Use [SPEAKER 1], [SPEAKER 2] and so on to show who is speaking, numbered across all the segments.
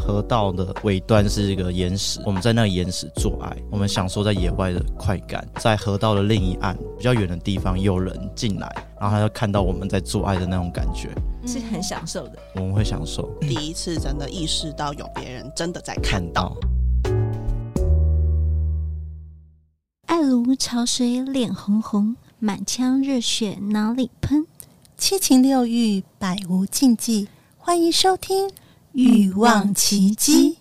[SPEAKER 1] 河道的尾端是一个岩石，我们在那岩石做爱，我们享受在野外的快感。在河道的另一岸比较远的地方，有人进来，然后他就看到我们在做爱的那种感觉，
[SPEAKER 2] 是很享受的。
[SPEAKER 1] 我们会享受
[SPEAKER 3] 第一次真的意识到有别人真的在看
[SPEAKER 1] 看
[SPEAKER 3] 到。
[SPEAKER 1] 到。
[SPEAKER 4] 爱如潮水，脸红红，满腔热血哪里喷？
[SPEAKER 5] 七情六欲，百无禁忌。欢迎收听《
[SPEAKER 4] 欲望奇迹》。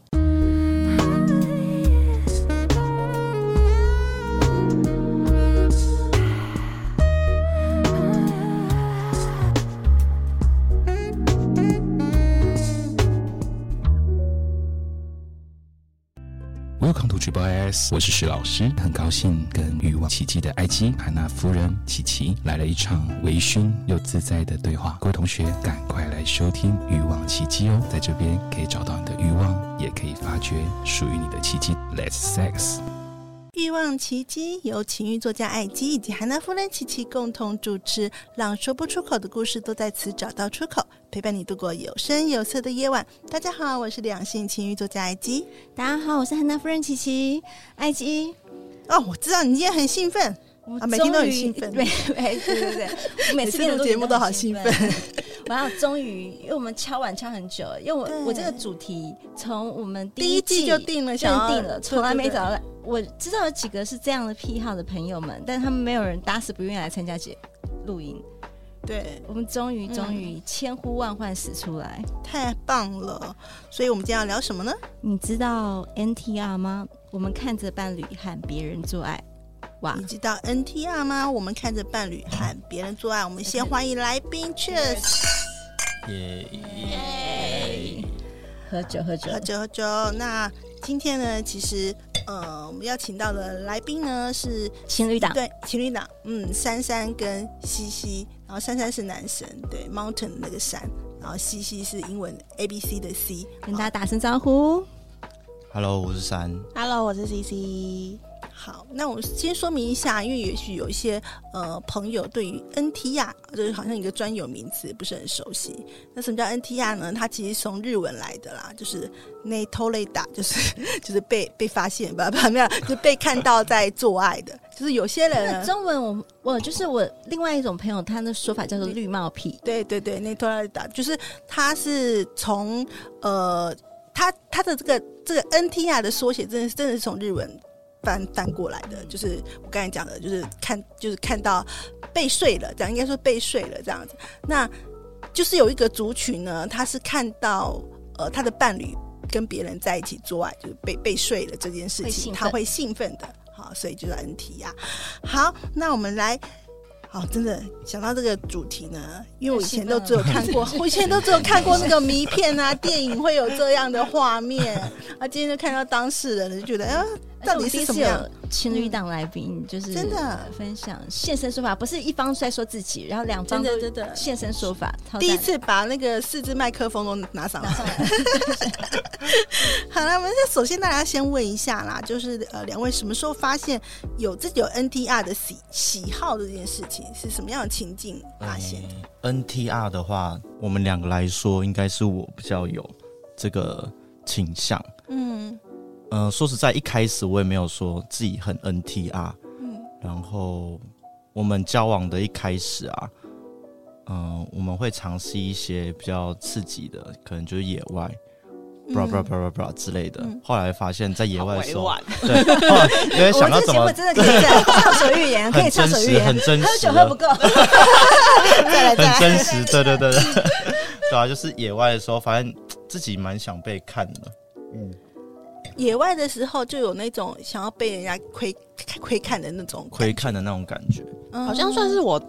[SPEAKER 6] Welcome to Triple S，我是徐老师，很高兴跟欲望奇迹的埃及海娜夫人琪琪来了一场微醺又自在的对话。各位同学，赶快来收听欲望奇迹哦，在这边可以找到你的欲望，也可以发掘属于你的奇迹。Let's sex。
[SPEAKER 5] 欲望奇迹》，由情欲作家艾姬以及韩娜夫人琪琪共同主持，让说不出口的故事都在此找到出口，陪伴你度过有声有色的夜晚。大家好，我是两性情欲作家艾姬。
[SPEAKER 2] 大家好，我是汉娜夫人琪琪，爱基。
[SPEAKER 5] 哦，我知道你今天很兴奋，
[SPEAKER 2] 我
[SPEAKER 5] 啊每天都很
[SPEAKER 2] 终于
[SPEAKER 5] 兴奋
[SPEAKER 2] 每每对 对对，我每次
[SPEAKER 5] 每次
[SPEAKER 2] 录
[SPEAKER 5] 录节目都好兴奋。
[SPEAKER 2] 哇，终于，因为我们敲碗敲很久，因为我
[SPEAKER 5] 对
[SPEAKER 2] 我这个主题从我们
[SPEAKER 5] 第
[SPEAKER 2] 一
[SPEAKER 5] 一季就定了，
[SPEAKER 2] 就
[SPEAKER 5] 想要
[SPEAKER 2] 定了，从来没找
[SPEAKER 5] 到。
[SPEAKER 2] 到。我知道有几个是这样的癖好的朋友们，但他们没有人打死不愿意来参加节录音。
[SPEAKER 5] 对对对，
[SPEAKER 2] 我们终于
[SPEAKER 5] 嗯
[SPEAKER 2] 终于千呼万唤始出来。
[SPEAKER 5] 太棒了！所以我们今天要聊什么呢？
[SPEAKER 2] 你知道 NTR 吗？我们看着伴侣和别人做爱，哇
[SPEAKER 5] 你！知道 NTR 吗？我们看着伴侣和别人做爱，我们先欢迎来宾 c h
[SPEAKER 1] 耶、
[SPEAKER 2] 喝酒喝酒
[SPEAKER 5] 喝酒喝酒。那今天呢，其实呃，我们邀请到的来宾呢是
[SPEAKER 2] 情侣档，
[SPEAKER 5] 对情侣档，嗯，珊珊跟西西，然后珊珊是男神，对 Mountain 那个山，然后西西是英文 A B C 的 C，
[SPEAKER 2] 跟大家打声招呼。
[SPEAKER 1] h e l l o 我是三，
[SPEAKER 3] Hello，我是 CC。
[SPEAKER 5] 好，那我先说明一下，因为也许有一些呃朋友对于 NTR 就是好像一个专有名词不是很熟悉。那什么叫 NTR 呢？它其实从日文来的啦，就是内偷雷打， 就是就是被被发现吧，不没有，就被看到在做爱的。就是有些人
[SPEAKER 2] 那
[SPEAKER 5] 呢，
[SPEAKER 2] 中文我我就是我另外一种朋友，他的说法叫做绿帽癖，
[SPEAKER 5] 对对对，内偷雷打就是它是从呃它它的这个这个 NTR 的缩写，真的是真的是从日文翻翻过来
[SPEAKER 2] 嗯
[SPEAKER 5] 的，就是我刚才讲的，就是看就是看到被睡了，这样应该说被睡了这样子。那就是有一个族群呢，他是看到呃他的伴侣跟别人在一起做爱，就是被被睡了这件事
[SPEAKER 2] 会
[SPEAKER 5] 情，
[SPEAKER 2] 兴奋
[SPEAKER 5] 他会兴奋的。好，所以就叫 NTR。好，那我们来。好，真的想到这个主题呢，因为我以前都只有看过， 我以前都只有看过那个迷片啊，电影会有这样的画面啊。今天就看到当事人了，就觉得啊，到底是什么
[SPEAKER 2] 而且我
[SPEAKER 5] 样
[SPEAKER 2] 们？第一次有情侣档来宾，就是
[SPEAKER 5] 真的
[SPEAKER 2] 分享现身说法，不是一方在说自己，然后两
[SPEAKER 5] 真
[SPEAKER 2] 方
[SPEAKER 5] 的
[SPEAKER 2] 都
[SPEAKER 5] 真的，
[SPEAKER 2] 现身说法。超赞
[SPEAKER 5] 第一次把那个四支麦克风都拿上来。
[SPEAKER 2] 拿上来，
[SPEAKER 5] 好了，我们那首先大家先问一下啦，就是呃，两位什么时候发现有自己有 NTR 的喜喜好的这件事情，是什么样的情境发现
[SPEAKER 1] 嗯
[SPEAKER 5] 的？
[SPEAKER 1] NTR 的话，我们两个来说，应该是我比较有这个倾向。
[SPEAKER 5] 嗯
[SPEAKER 1] 嗯、说实在，一开始我也没有说自己很 NTR，
[SPEAKER 5] 嗯
[SPEAKER 1] 然后我们交往的一开始啊，嗯、我们会尝试一些比较刺激的，可能就是野外
[SPEAKER 5] 嗯
[SPEAKER 1] ，bra bra bra bra bra 之类的。
[SPEAKER 5] 嗯
[SPEAKER 1] 后来发现，在野外的时候，
[SPEAKER 3] 好委
[SPEAKER 1] 对，后来因为想到怎
[SPEAKER 2] 我
[SPEAKER 1] 么
[SPEAKER 2] 们这个节目真的可以这样畅所欲言，可以
[SPEAKER 1] 很
[SPEAKER 2] 畅
[SPEAKER 1] 真
[SPEAKER 2] 所欲
[SPEAKER 1] 实，
[SPEAKER 2] 言。
[SPEAKER 1] 很真
[SPEAKER 2] 喝
[SPEAKER 1] 实
[SPEAKER 2] 酒喝不
[SPEAKER 1] 的，
[SPEAKER 2] 够，
[SPEAKER 1] 很真实，对对对对， 对啊，就是野外的时候，发现自己蛮想被看的。嗯，
[SPEAKER 5] 野外的时候就有那种想要被人家窥窥看的那种
[SPEAKER 1] 窥看的那种感觉，
[SPEAKER 5] 嗯
[SPEAKER 3] 好像算是我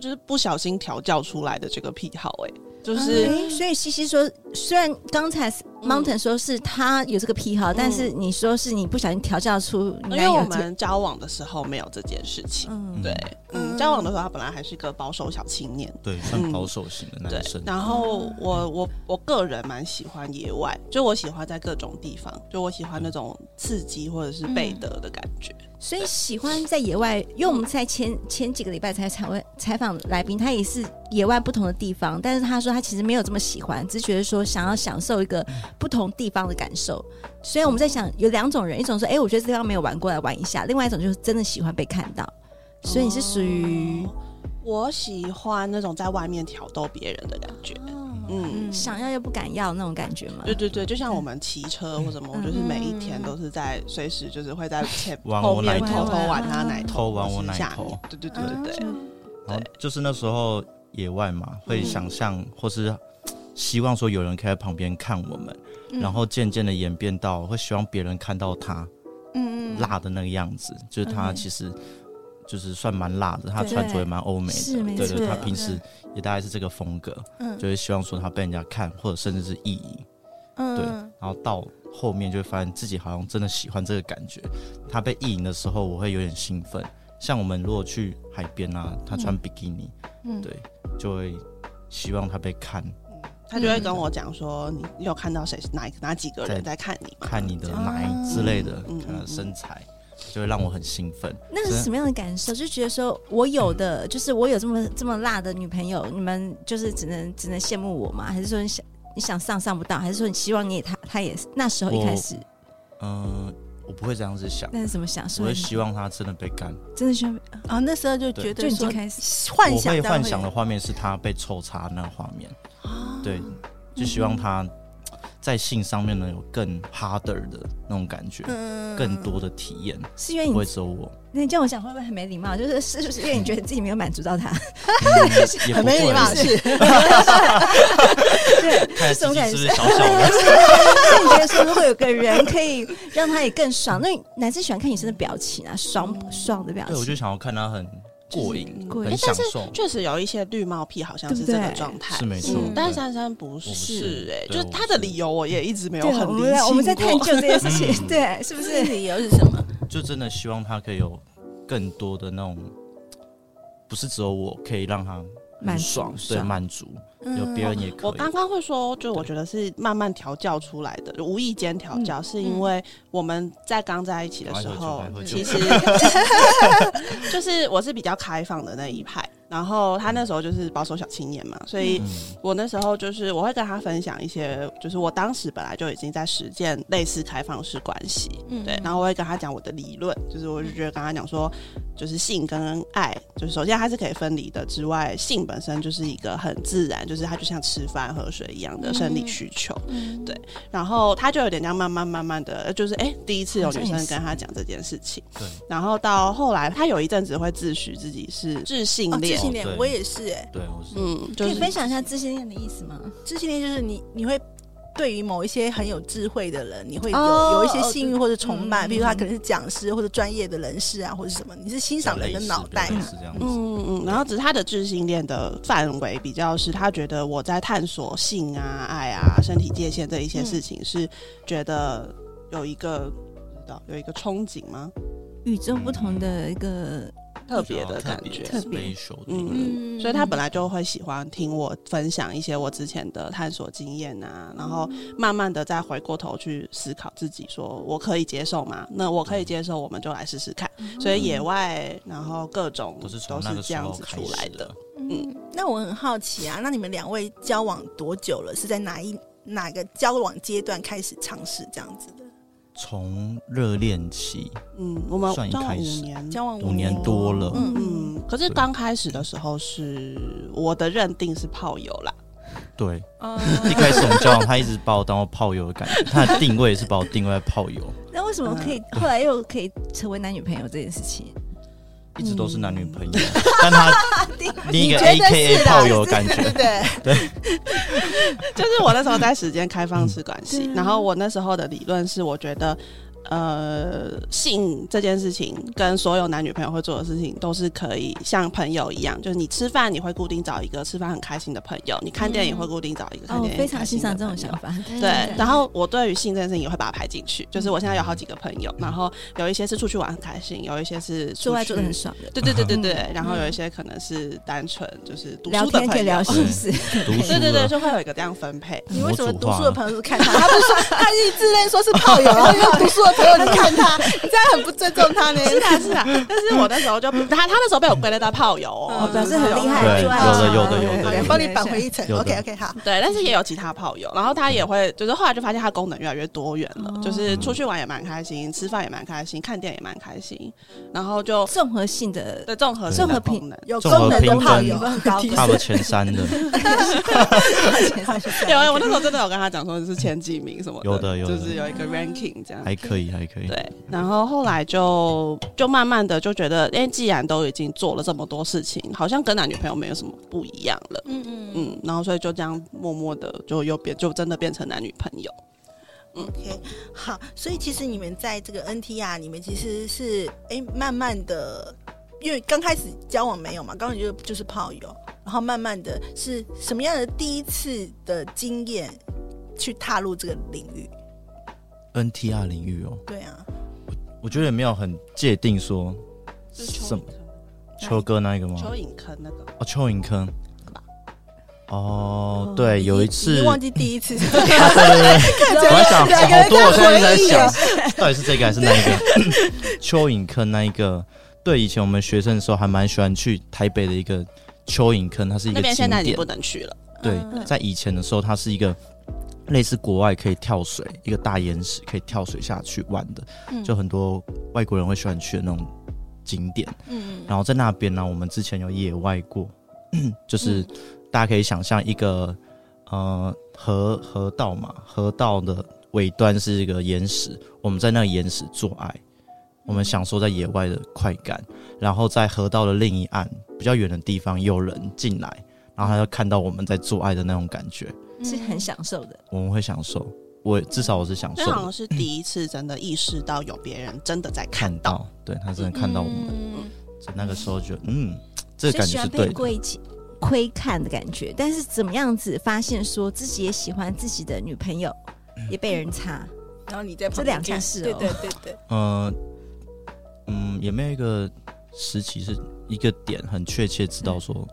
[SPEAKER 3] 就是不小心调教出来的这个癖好、哎，就是、嗯
[SPEAKER 2] 哎所以西西说，虽然刚才 Mountain 说是他有这个癖好，但是你说是你不小心调教出你
[SPEAKER 3] 哦因
[SPEAKER 2] 男
[SPEAKER 3] 为我
[SPEAKER 2] 友这个，
[SPEAKER 3] 们交往的时候没有这件事情。
[SPEAKER 2] 嗯，
[SPEAKER 3] 对，
[SPEAKER 5] 嗯
[SPEAKER 3] 嗯，交往的时候他本来还是个保守小青年，
[SPEAKER 1] 对，算
[SPEAKER 3] 嗯
[SPEAKER 1] 保守型的
[SPEAKER 3] 对
[SPEAKER 1] 男生。。
[SPEAKER 3] 然后我我我个人蛮喜欢野外，就我喜欢在各种地方，就我喜欢那种刺激或者是贝德的感觉。
[SPEAKER 2] 所以喜欢在野外，因为我们在前前几个礼拜才才会采访来宾，他也是野外不同的地方，但是他说他其实没有这么喜欢，只是觉得说想要享受一个不同地方的感受。所以我们在想，有两种人，一种说，哎、我觉得这地方没有玩过来玩一下；，另外一种就是真的喜欢被看到。所以你是属于
[SPEAKER 3] 我喜欢那种在外面挑逗别人的感觉。嗯，
[SPEAKER 5] 嗯
[SPEAKER 2] 想要又不敢要那种感觉吗？
[SPEAKER 3] 对对对，就像我们骑车或什么，我就是每一天
[SPEAKER 2] 嗯
[SPEAKER 3] 都是在随时就是会在前
[SPEAKER 1] 玩
[SPEAKER 3] 后
[SPEAKER 1] 我奶
[SPEAKER 3] 面偷
[SPEAKER 1] 头
[SPEAKER 3] 偷玩
[SPEAKER 2] 嗯
[SPEAKER 3] 他奶
[SPEAKER 1] 偷
[SPEAKER 3] 头，
[SPEAKER 1] 玩我奶
[SPEAKER 3] 下
[SPEAKER 1] 头
[SPEAKER 3] 面。对对对
[SPEAKER 5] 嗯
[SPEAKER 3] 对对，
[SPEAKER 1] 然后就是那时候野外嘛，会想象或是希望说有人可以在旁边看我们，然后渐渐的演变到会希望别人看到他
[SPEAKER 5] 嗯
[SPEAKER 1] 辣的那个样子，就是他
[SPEAKER 2] 嗯
[SPEAKER 1] 其实就是算蛮辣的，他穿着也蛮欧美
[SPEAKER 2] 是
[SPEAKER 1] 的，
[SPEAKER 2] 没
[SPEAKER 1] 对对，
[SPEAKER 5] 错
[SPEAKER 1] 他平时也大概是这个风格，
[SPEAKER 5] 嗯
[SPEAKER 1] 就会希望说他被人家看，或者甚至是意淫。
[SPEAKER 5] 嗯
[SPEAKER 1] 对，然后到后面就会发现自己好像真的喜欢这个感觉。他被意淫的时候，我会有点兴奋。像我们如果去海边啊，他穿比基尼，
[SPEAKER 5] 嗯
[SPEAKER 1] 对，就会希望他被看，
[SPEAKER 3] 他就会跟我讲说，你你有看到谁哪哪几个人在看你吗？
[SPEAKER 1] 看你的
[SPEAKER 3] 这样
[SPEAKER 1] 奶之类的，
[SPEAKER 3] 嗯
[SPEAKER 1] 看
[SPEAKER 3] 嗯
[SPEAKER 1] 他身材，就会让我很兴奋。
[SPEAKER 2] 那是什么样的感受？就觉得说我有的，就是我有这么这么辣的女朋友，你们就是只能只能羡慕我吗？还是说你想你想上上不到？还是说你希望你也他他也是那时候一开始
[SPEAKER 1] 嗯、我不会这样子想，
[SPEAKER 2] 那是怎么想？
[SPEAKER 1] 我
[SPEAKER 2] 说
[SPEAKER 1] 会希望他真的被干。
[SPEAKER 2] 真的希望
[SPEAKER 5] 啊，那时候就觉
[SPEAKER 2] 就
[SPEAKER 5] 得
[SPEAKER 2] 已经
[SPEAKER 5] 说
[SPEAKER 2] 开始
[SPEAKER 5] 幻
[SPEAKER 1] 我
[SPEAKER 5] 想
[SPEAKER 1] 会
[SPEAKER 5] 到
[SPEAKER 1] 幻
[SPEAKER 5] 会
[SPEAKER 1] 想的画面是他被抽插那个画面，
[SPEAKER 5] 啊
[SPEAKER 1] 对，就希望他在性上面能有更 harder 的那种感觉。
[SPEAKER 5] 嗯
[SPEAKER 1] 更多的体验，
[SPEAKER 2] 是因为
[SPEAKER 1] 不会
[SPEAKER 2] 你
[SPEAKER 1] 只有我，
[SPEAKER 2] 那你这样我想会不会很没礼貌？就是是不是因为你觉得自己没有满足到他？
[SPEAKER 1] 嗯也不会
[SPEAKER 5] 是
[SPEAKER 1] 看自
[SPEAKER 2] 这种
[SPEAKER 1] 己
[SPEAKER 2] 感
[SPEAKER 1] 是
[SPEAKER 2] 觉
[SPEAKER 1] 不是小小的，
[SPEAKER 2] 所以你觉得说如果有个人可以让他也更爽，那男生喜欢看女生的表情啊，爽爽的表
[SPEAKER 1] 对，我就
[SPEAKER 2] 情。
[SPEAKER 1] 想要看他很过瘾，
[SPEAKER 2] 过瘾
[SPEAKER 1] 很享受，
[SPEAKER 3] 确实有一些绿帽癖，好像
[SPEAKER 2] 对
[SPEAKER 3] 是
[SPEAKER 2] 不
[SPEAKER 3] 这
[SPEAKER 2] 对
[SPEAKER 3] 个状态，
[SPEAKER 1] 是没错
[SPEAKER 3] 嗯
[SPEAKER 1] 对
[SPEAKER 3] 但是珊珊不
[SPEAKER 1] 我不
[SPEAKER 3] 是
[SPEAKER 1] 是
[SPEAKER 3] 哎，
[SPEAKER 1] 对
[SPEAKER 3] 就
[SPEAKER 1] 我不
[SPEAKER 3] 她的
[SPEAKER 1] 是
[SPEAKER 3] 理由我也一直没有
[SPEAKER 2] 对，
[SPEAKER 3] 很
[SPEAKER 2] 我
[SPEAKER 3] 理
[SPEAKER 2] 们
[SPEAKER 3] 清
[SPEAKER 2] 在我们在
[SPEAKER 3] 过
[SPEAKER 2] 探究这件事情，
[SPEAKER 1] 嗯
[SPEAKER 2] 对，是不
[SPEAKER 5] 不
[SPEAKER 2] 是
[SPEAKER 5] 是？理由是什么？
[SPEAKER 1] 就真的希望他可以有更多的那种，不是只有我可以让他
[SPEAKER 2] 满
[SPEAKER 1] 很
[SPEAKER 2] 足
[SPEAKER 1] 爽，对，
[SPEAKER 2] 爽
[SPEAKER 1] 满足，
[SPEAKER 5] 嗯
[SPEAKER 1] 有别
[SPEAKER 5] 哦
[SPEAKER 1] 人也可以。
[SPEAKER 3] 嗯我刚刚会说，就我觉得是慢慢调教出来的，就无意间调教，
[SPEAKER 1] 嗯
[SPEAKER 3] 是因为我们在刚在一起的时候
[SPEAKER 1] 赶快，回去
[SPEAKER 3] 其
[SPEAKER 1] 赶
[SPEAKER 3] 实 就是我是比较开放的那一派，然后他那时候就是保守小青年嘛，所以
[SPEAKER 1] 嗯
[SPEAKER 3] 我那时候就是我会跟他分享一些，就是我当时本来就已经在实践类似开放式关系，对，
[SPEAKER 2] 嗯
[SPEAKER 5] 嗯
[SPEAKER 3] 然后我会跟他讲我的理论，就是我就觉得跟他讲说，就是性跟爱，就是首先它是可以分离的之外，性本身就是一个很自然，就是它就像吃饭喝水一样
[SPEAKER 2] 嗯
[SPEAKER 3] 的生理需求，
[SPEAKER 1] 嗯
[SPEAKER 3] 对，然后他就有点这样慢慢慢慢的，就是哎、第一次有女生跟他讲这件事情，
[SPEAKER 1] 对，
[SPEAKER 3] 然后到后来他有一阵子会自诩自己是自信
[SPEAKER 5] 哦，自
[SPEAKER 3] 恋，
[SPEAKER 5] 信恋
[SPEAKER 1] 对，
[SPEAKER 5] 我也是哎，
[SPEAKER 1] 对我是
[SPEAKER 3] 嗯，就
[SPEAKER 2] 可
[SPEAKER 3] 是
[SPEAKER 2] 以分享一下自信恋的意思吗？
[SPEAKER 5] 自信恋就是你你会。对于某一些很有智慧的人，你会有、有
[SPEAKER 2] 哦
[SPEAKER 5] 一些
[SPEAKER 2] 哦
[SPEAKER 5] 幸
[SPEAKER 2] 对
[SPEAKER 5] 运或者崇拜，
[SPEAKER 2] 嗯
[SPEAKER 5] 比如他可能是讲师或者专业的人士啊，或者什么，你是欣赏人的脑袋啊
[SPEAKER 1] 类
[SPEAKER 5] 嘛？
[SPEAKER 1] 似这样子，
[SPEAKER 3] 嗯嗯，然后只是他的自信恋的范围比较是，他觉得我在探索性啊、爱啊、身体界限这一些事情，是觉得有一个不知道有一个憧憬吗？
[SPEAKER 2] 与众不同的一个
[SPEAKER 3] 特别的感觉，
[SPEAKER 1] 特
[SPEAKER 2] 特
[SPEAKER 1] 别
[SPEAKER 2] 别
[SPEAKER 1] special 的一个
[SPEAKER 3] 嗯，所以他本来就会喜欢听我分享一些我之前的探索经验啊，然后
[SPEAKER 1] 嗯
[SPEAKER 3] 慢慢的再回过头去思考自己，说我可以接受吗？那我可以接受，我们就来试试看。
[SPEAKER 1] 嗯
[SPEAKER 3] 所以野外，然后各种
[SPEAKER 1] 都是从
[SPEAKER 3] 都
[SPEAKER 1] 那
[SPEAKER 3] 是
[SPEAKER 1] 个
[SPEAKER 3] 这
[SPEAKER 1] 时
[SPEAKER 3] 样
[SPEAKER 1] 候
[SPEAKER 3] 子
[SPEAKER 1] 开
[SPEAKER 3] 出来
[SPEAKER 1] 始
[SPEAKER 3] 的
[SPEAKER 1] 的。。
[SPEAKER 5] 嗯，那我很好奇啊，那你们两位交往多久了？是在哪一哪个交往阶段开始尝试这样子的？
[SPEAKER 1] 从热恋期
[SPEAKER 3] 嗯，我们
[SPEAKER 1] 算一
[SPEAKER 3] 交往
[SPEAKER 1] 开
[SPEAKER 3] 五
[SPEAKER 1] 始
[SPEAKER 3] 年，
[SPEAKER 5] 交往
[SPEAKER 1] 五年多了，
[SPEAKER 5] 嗯
[SPEAKER 3] 嗯，可是刚开始的时候是我的认定是炮友啦，
[SPEAKER 1] 对，
[SPEAKER 5] 哦，
[SPEAKER 1] 一开始我们交往，他一直把我当做炮友的感觉，他的定位也是把我定位在炮友，
[SPEAKER 2] 那为什么可 以、后来又可以成为男女朋友这件事情？
[SPEAKER 1] 一直都是男女朋友，但他另一个
[SPEAKER 5] 嗯你觉
[SPEAKER 1] A
[SPEAKER 5] 得
[SPEAKER 1] K
[SPEAKER 5] 是
[SPEAKER 1] A
[SPEAKER 5] 啦
[SPEAKER 1] 炮友的感
[SPEAKER 5] 对
[SPEAKER 1] 觉，
[SPEAKER 5] 对，
[SPEAKER 3] 就是我那时候在时间开放式关
[SPEAKER 2] 嗯
[SPEAKER 3] 系，
[SPEAKER 2] 啊
[SPEAKER 3] 然后我那时候的理论是，我觉得。呃，性这件事情跟所有男女朋友会做的事情都是可以像朋友一样，就是你吃饭你会固定找一个吃饭很开心的朋友，你看电影会固定找一个看
[SPEAKER 2] 哦， 我
[SPEAKER 3] 电影、
[SPEAKER 2] 非常欣赏这种想
[SPEAKER 3] 法。
[SPEAKER 2] 法。
[SPEAKER 3] 对，然后我对于性这件事情也会把它排进去，就是我现在有好几个朋友，然后有一些是出去玩很开心，有一些是出
[SPEAKER 2] 做爱做的
[SPEAKER 3] 去
[SPEAKER 2] 很爽的，
[SPEAKER 3] 对对对对对，然后有一些可能是单纯就是读
[SPEAKER 2] 聊
[SPEAKER 3] 书的
[SPEAKER 2] 天
[SPEAKER 3] 朋
[SPEAKER 2] 可以
[SPEAKER 3] 友
[SPEAKER 2] 聊，性事，
[SPEAKER 1] 读书
[SPEAKER 3] 对对对，
[SPEAKER 1] 了，
[SPEAKER 3] 就会有一个这样分配。
[SPEAKER 5] 你为什么
[SPEAKER 1] 模组
[SPEAKER 5] 读
[SPEAKER 1] 化
[SPEAKER 5] 书的朋友是看他？他不是说他一直自认说是炮友，然后又读书的啊左右你看他，你这样很不尊重他呢。
[SPEAKER 3] 是啊是啊，但是我那时候就他他那时候被我归类到炮友哦、
[SPEAKER 5] 哦表示很厉
[SPEAKER 2] 害
[SPEAKER 1] 对，
[SPEAKER 2] 对啊
[SPEAKER 1] 有的有的有的
[SPEAKER 5] 对
[SPEAKER 1] 有的
[SPEAKER 5] 对，哎帮你返回一层。
[SPEAKER 1] 有的
[SPEAKER 5] OK OK，好，
[SPEAKER 3] 对，但是也有其他炮友，然后他也会，就是后来就发现他功能越来越多元了，就是出去玩也蛮开心，吃饭也蛮开心，看电影也蛮开心，然后就
[SPEAKER 2] 综合性的
[SPEAKER 3] 的综合
[SPEAKER 1] 对
[SPEAKER 3] 性的
[SPEAKER 2] 综合品
[SPEAKER 3] 功能。
[SPEAKER 5] 有
[SPEAKER 1] 综
[SPEAKER 5] 功
[SPEAKER 1] 合
[SPEAKER 5] 能的
[SPEAKER 1] 平
[SPEAKER 5] 炮
[SPEAKER 1] 均
[SPEAKER 5] 友
[SPEAKER 2] 很高
[SPEAKER 5] 提
[SPEAKER 1] 差
[SPEAKER 5] 升
[SPEAKER 1] 不多前三的，
[SPEAKER 3] 有欸，我那时候真的有跟他讲说是前几名什么的，
[SPEAKER 1] 有的有的
[SPEAKER 3] 就是有一个 ranking 这样。
[SPEAKER 1] 还可以还可以。
[SPEAKER 3] 对，然后后来就就慢慢的就觉得，哎，既然都已经做了这么多事情，好像跟男女朋友没有什么不一样了，
[SPEAKER 2] 嗯嗯嗯，
[SPEAKER 3] 嗯，然后所以就这样默默的就又变，就真的变成男女朋友。
[SPEAKER 5] OK，好，所以其实你们在这个 NTR 你们其实是哎、慢慢的，因为刚开始交往没有嘛，刚开始就就是炮友，然后慢慢的是什么样的第一次的经验去踏入这个领域？
[SPEAKER 1] NTR 领域哦，
[SPEAKER 5] 对啊，
[SPEAKER 1] 我觉得也没有很界定说
[SPEAKER 3] 就是
[SPEAKER 1] 什
[SPEAKER 3] 蚯蚓
[SPEAKER 1] 么秋哥那一个吗
[SPEAKER 3] 坑，？蚯蚓坑那个，
[SPEAKER 1] 哦，蚯蚓坑
[SPEAKER 3] 吧。
[SPEAKER 1] 哦，对，
[SPEAKER 5] 嗯你
[SPEAKER 1] 有一
[SPEAKER 5] 你
[SPEAKER 1] 次，
[SPEAKER 5] 忘
[SPEAKER 1] 我
[SPEAKER 5] 记第一次
[SPEAKER 1] 在想
[SPEAKER 5] 两个人
[SPEAKER 1] 好多，
[SPEAKER 5] 在
[SPEAKER 1] 我现在在
[SPEAKER 5] 回忆哦
[SPEAKER 1] 想，
[SPEAKER 3] 啊
[SPEAKER 1] 到底是这个还是那个蚯蚓坑那一个？对，以前我们学生的时候还蛮喜欢去台北的一个蚯蚓坑，它是一
[SPEAKER 3] 那
[SPEAKER 1] 个
[SPEAKER 3] 边
[SPEAKER 1] 景
[SPEAKER 3] 现在已经
[SPEAKER 1] 点
[SPEAKER 3] 不。能去了。
[SPEAKER 1] 对，
[SPEAKER 5] 嗯
[SPEAKER 1] 在以前的时候，它是一个类似国外可以跳水，一个大岩石可以跳水下去玩的，
[SPEAKER 3] 嗯
[SPEAKER 1] 就很多外国人会喜欢去的那种景点。
[SPEAKER 2] 嗯
[SPEAKER 1] 然后在那边呢，我们之前有野外过， 就是大家可以想象一个呃河河道嘛，河道的尾端是一个岩石，我们在那个岩石做爱，我们享受在野外的快感，然后在河道的另一岸比较远的地方有人进来，然后他就看到我们在做爱的那种感觉，
[SPEAKER 2] 嗯，是很享受的。
[SPEAKER 1] 我们会享受，我至少我是享受
[SPEAKER 3] 那好像
[SPEAKER 1] 的，
[SPEAKER 3] 是第一次真的意识到有别人真的在看
[SPEAKER 1] 看到，对他真的看到我们，
[SPEAKER 2] 嗯，
[SPEAKER 1] 在那个时候就嗯，这
[SPEAKER 2] 所以
[SPEAKER 1] 个感
[SPEAKER 2] 喜
[SPEAKER 1] 觉
[SPEAKER 2] 欢
[SPEAKER 1] 是
[SPEAKER 2] 被
[SPEAKER 1] 对的。
[SPEAKER 2] 窥见窥看的感觉，但是怎么样子发现说自己也喜欢自己的女朋友，也被人插，
[SPEAKER 5] 然后你在
[SPEAKER 2] 这两件事
[SPEAKER 5] 对
[SPEAKER 2] 哦
[SPEAKER 5] 对对对，
[SPEAKER 1] 呃，嗯，也没有一个时期是一个点很确切知道说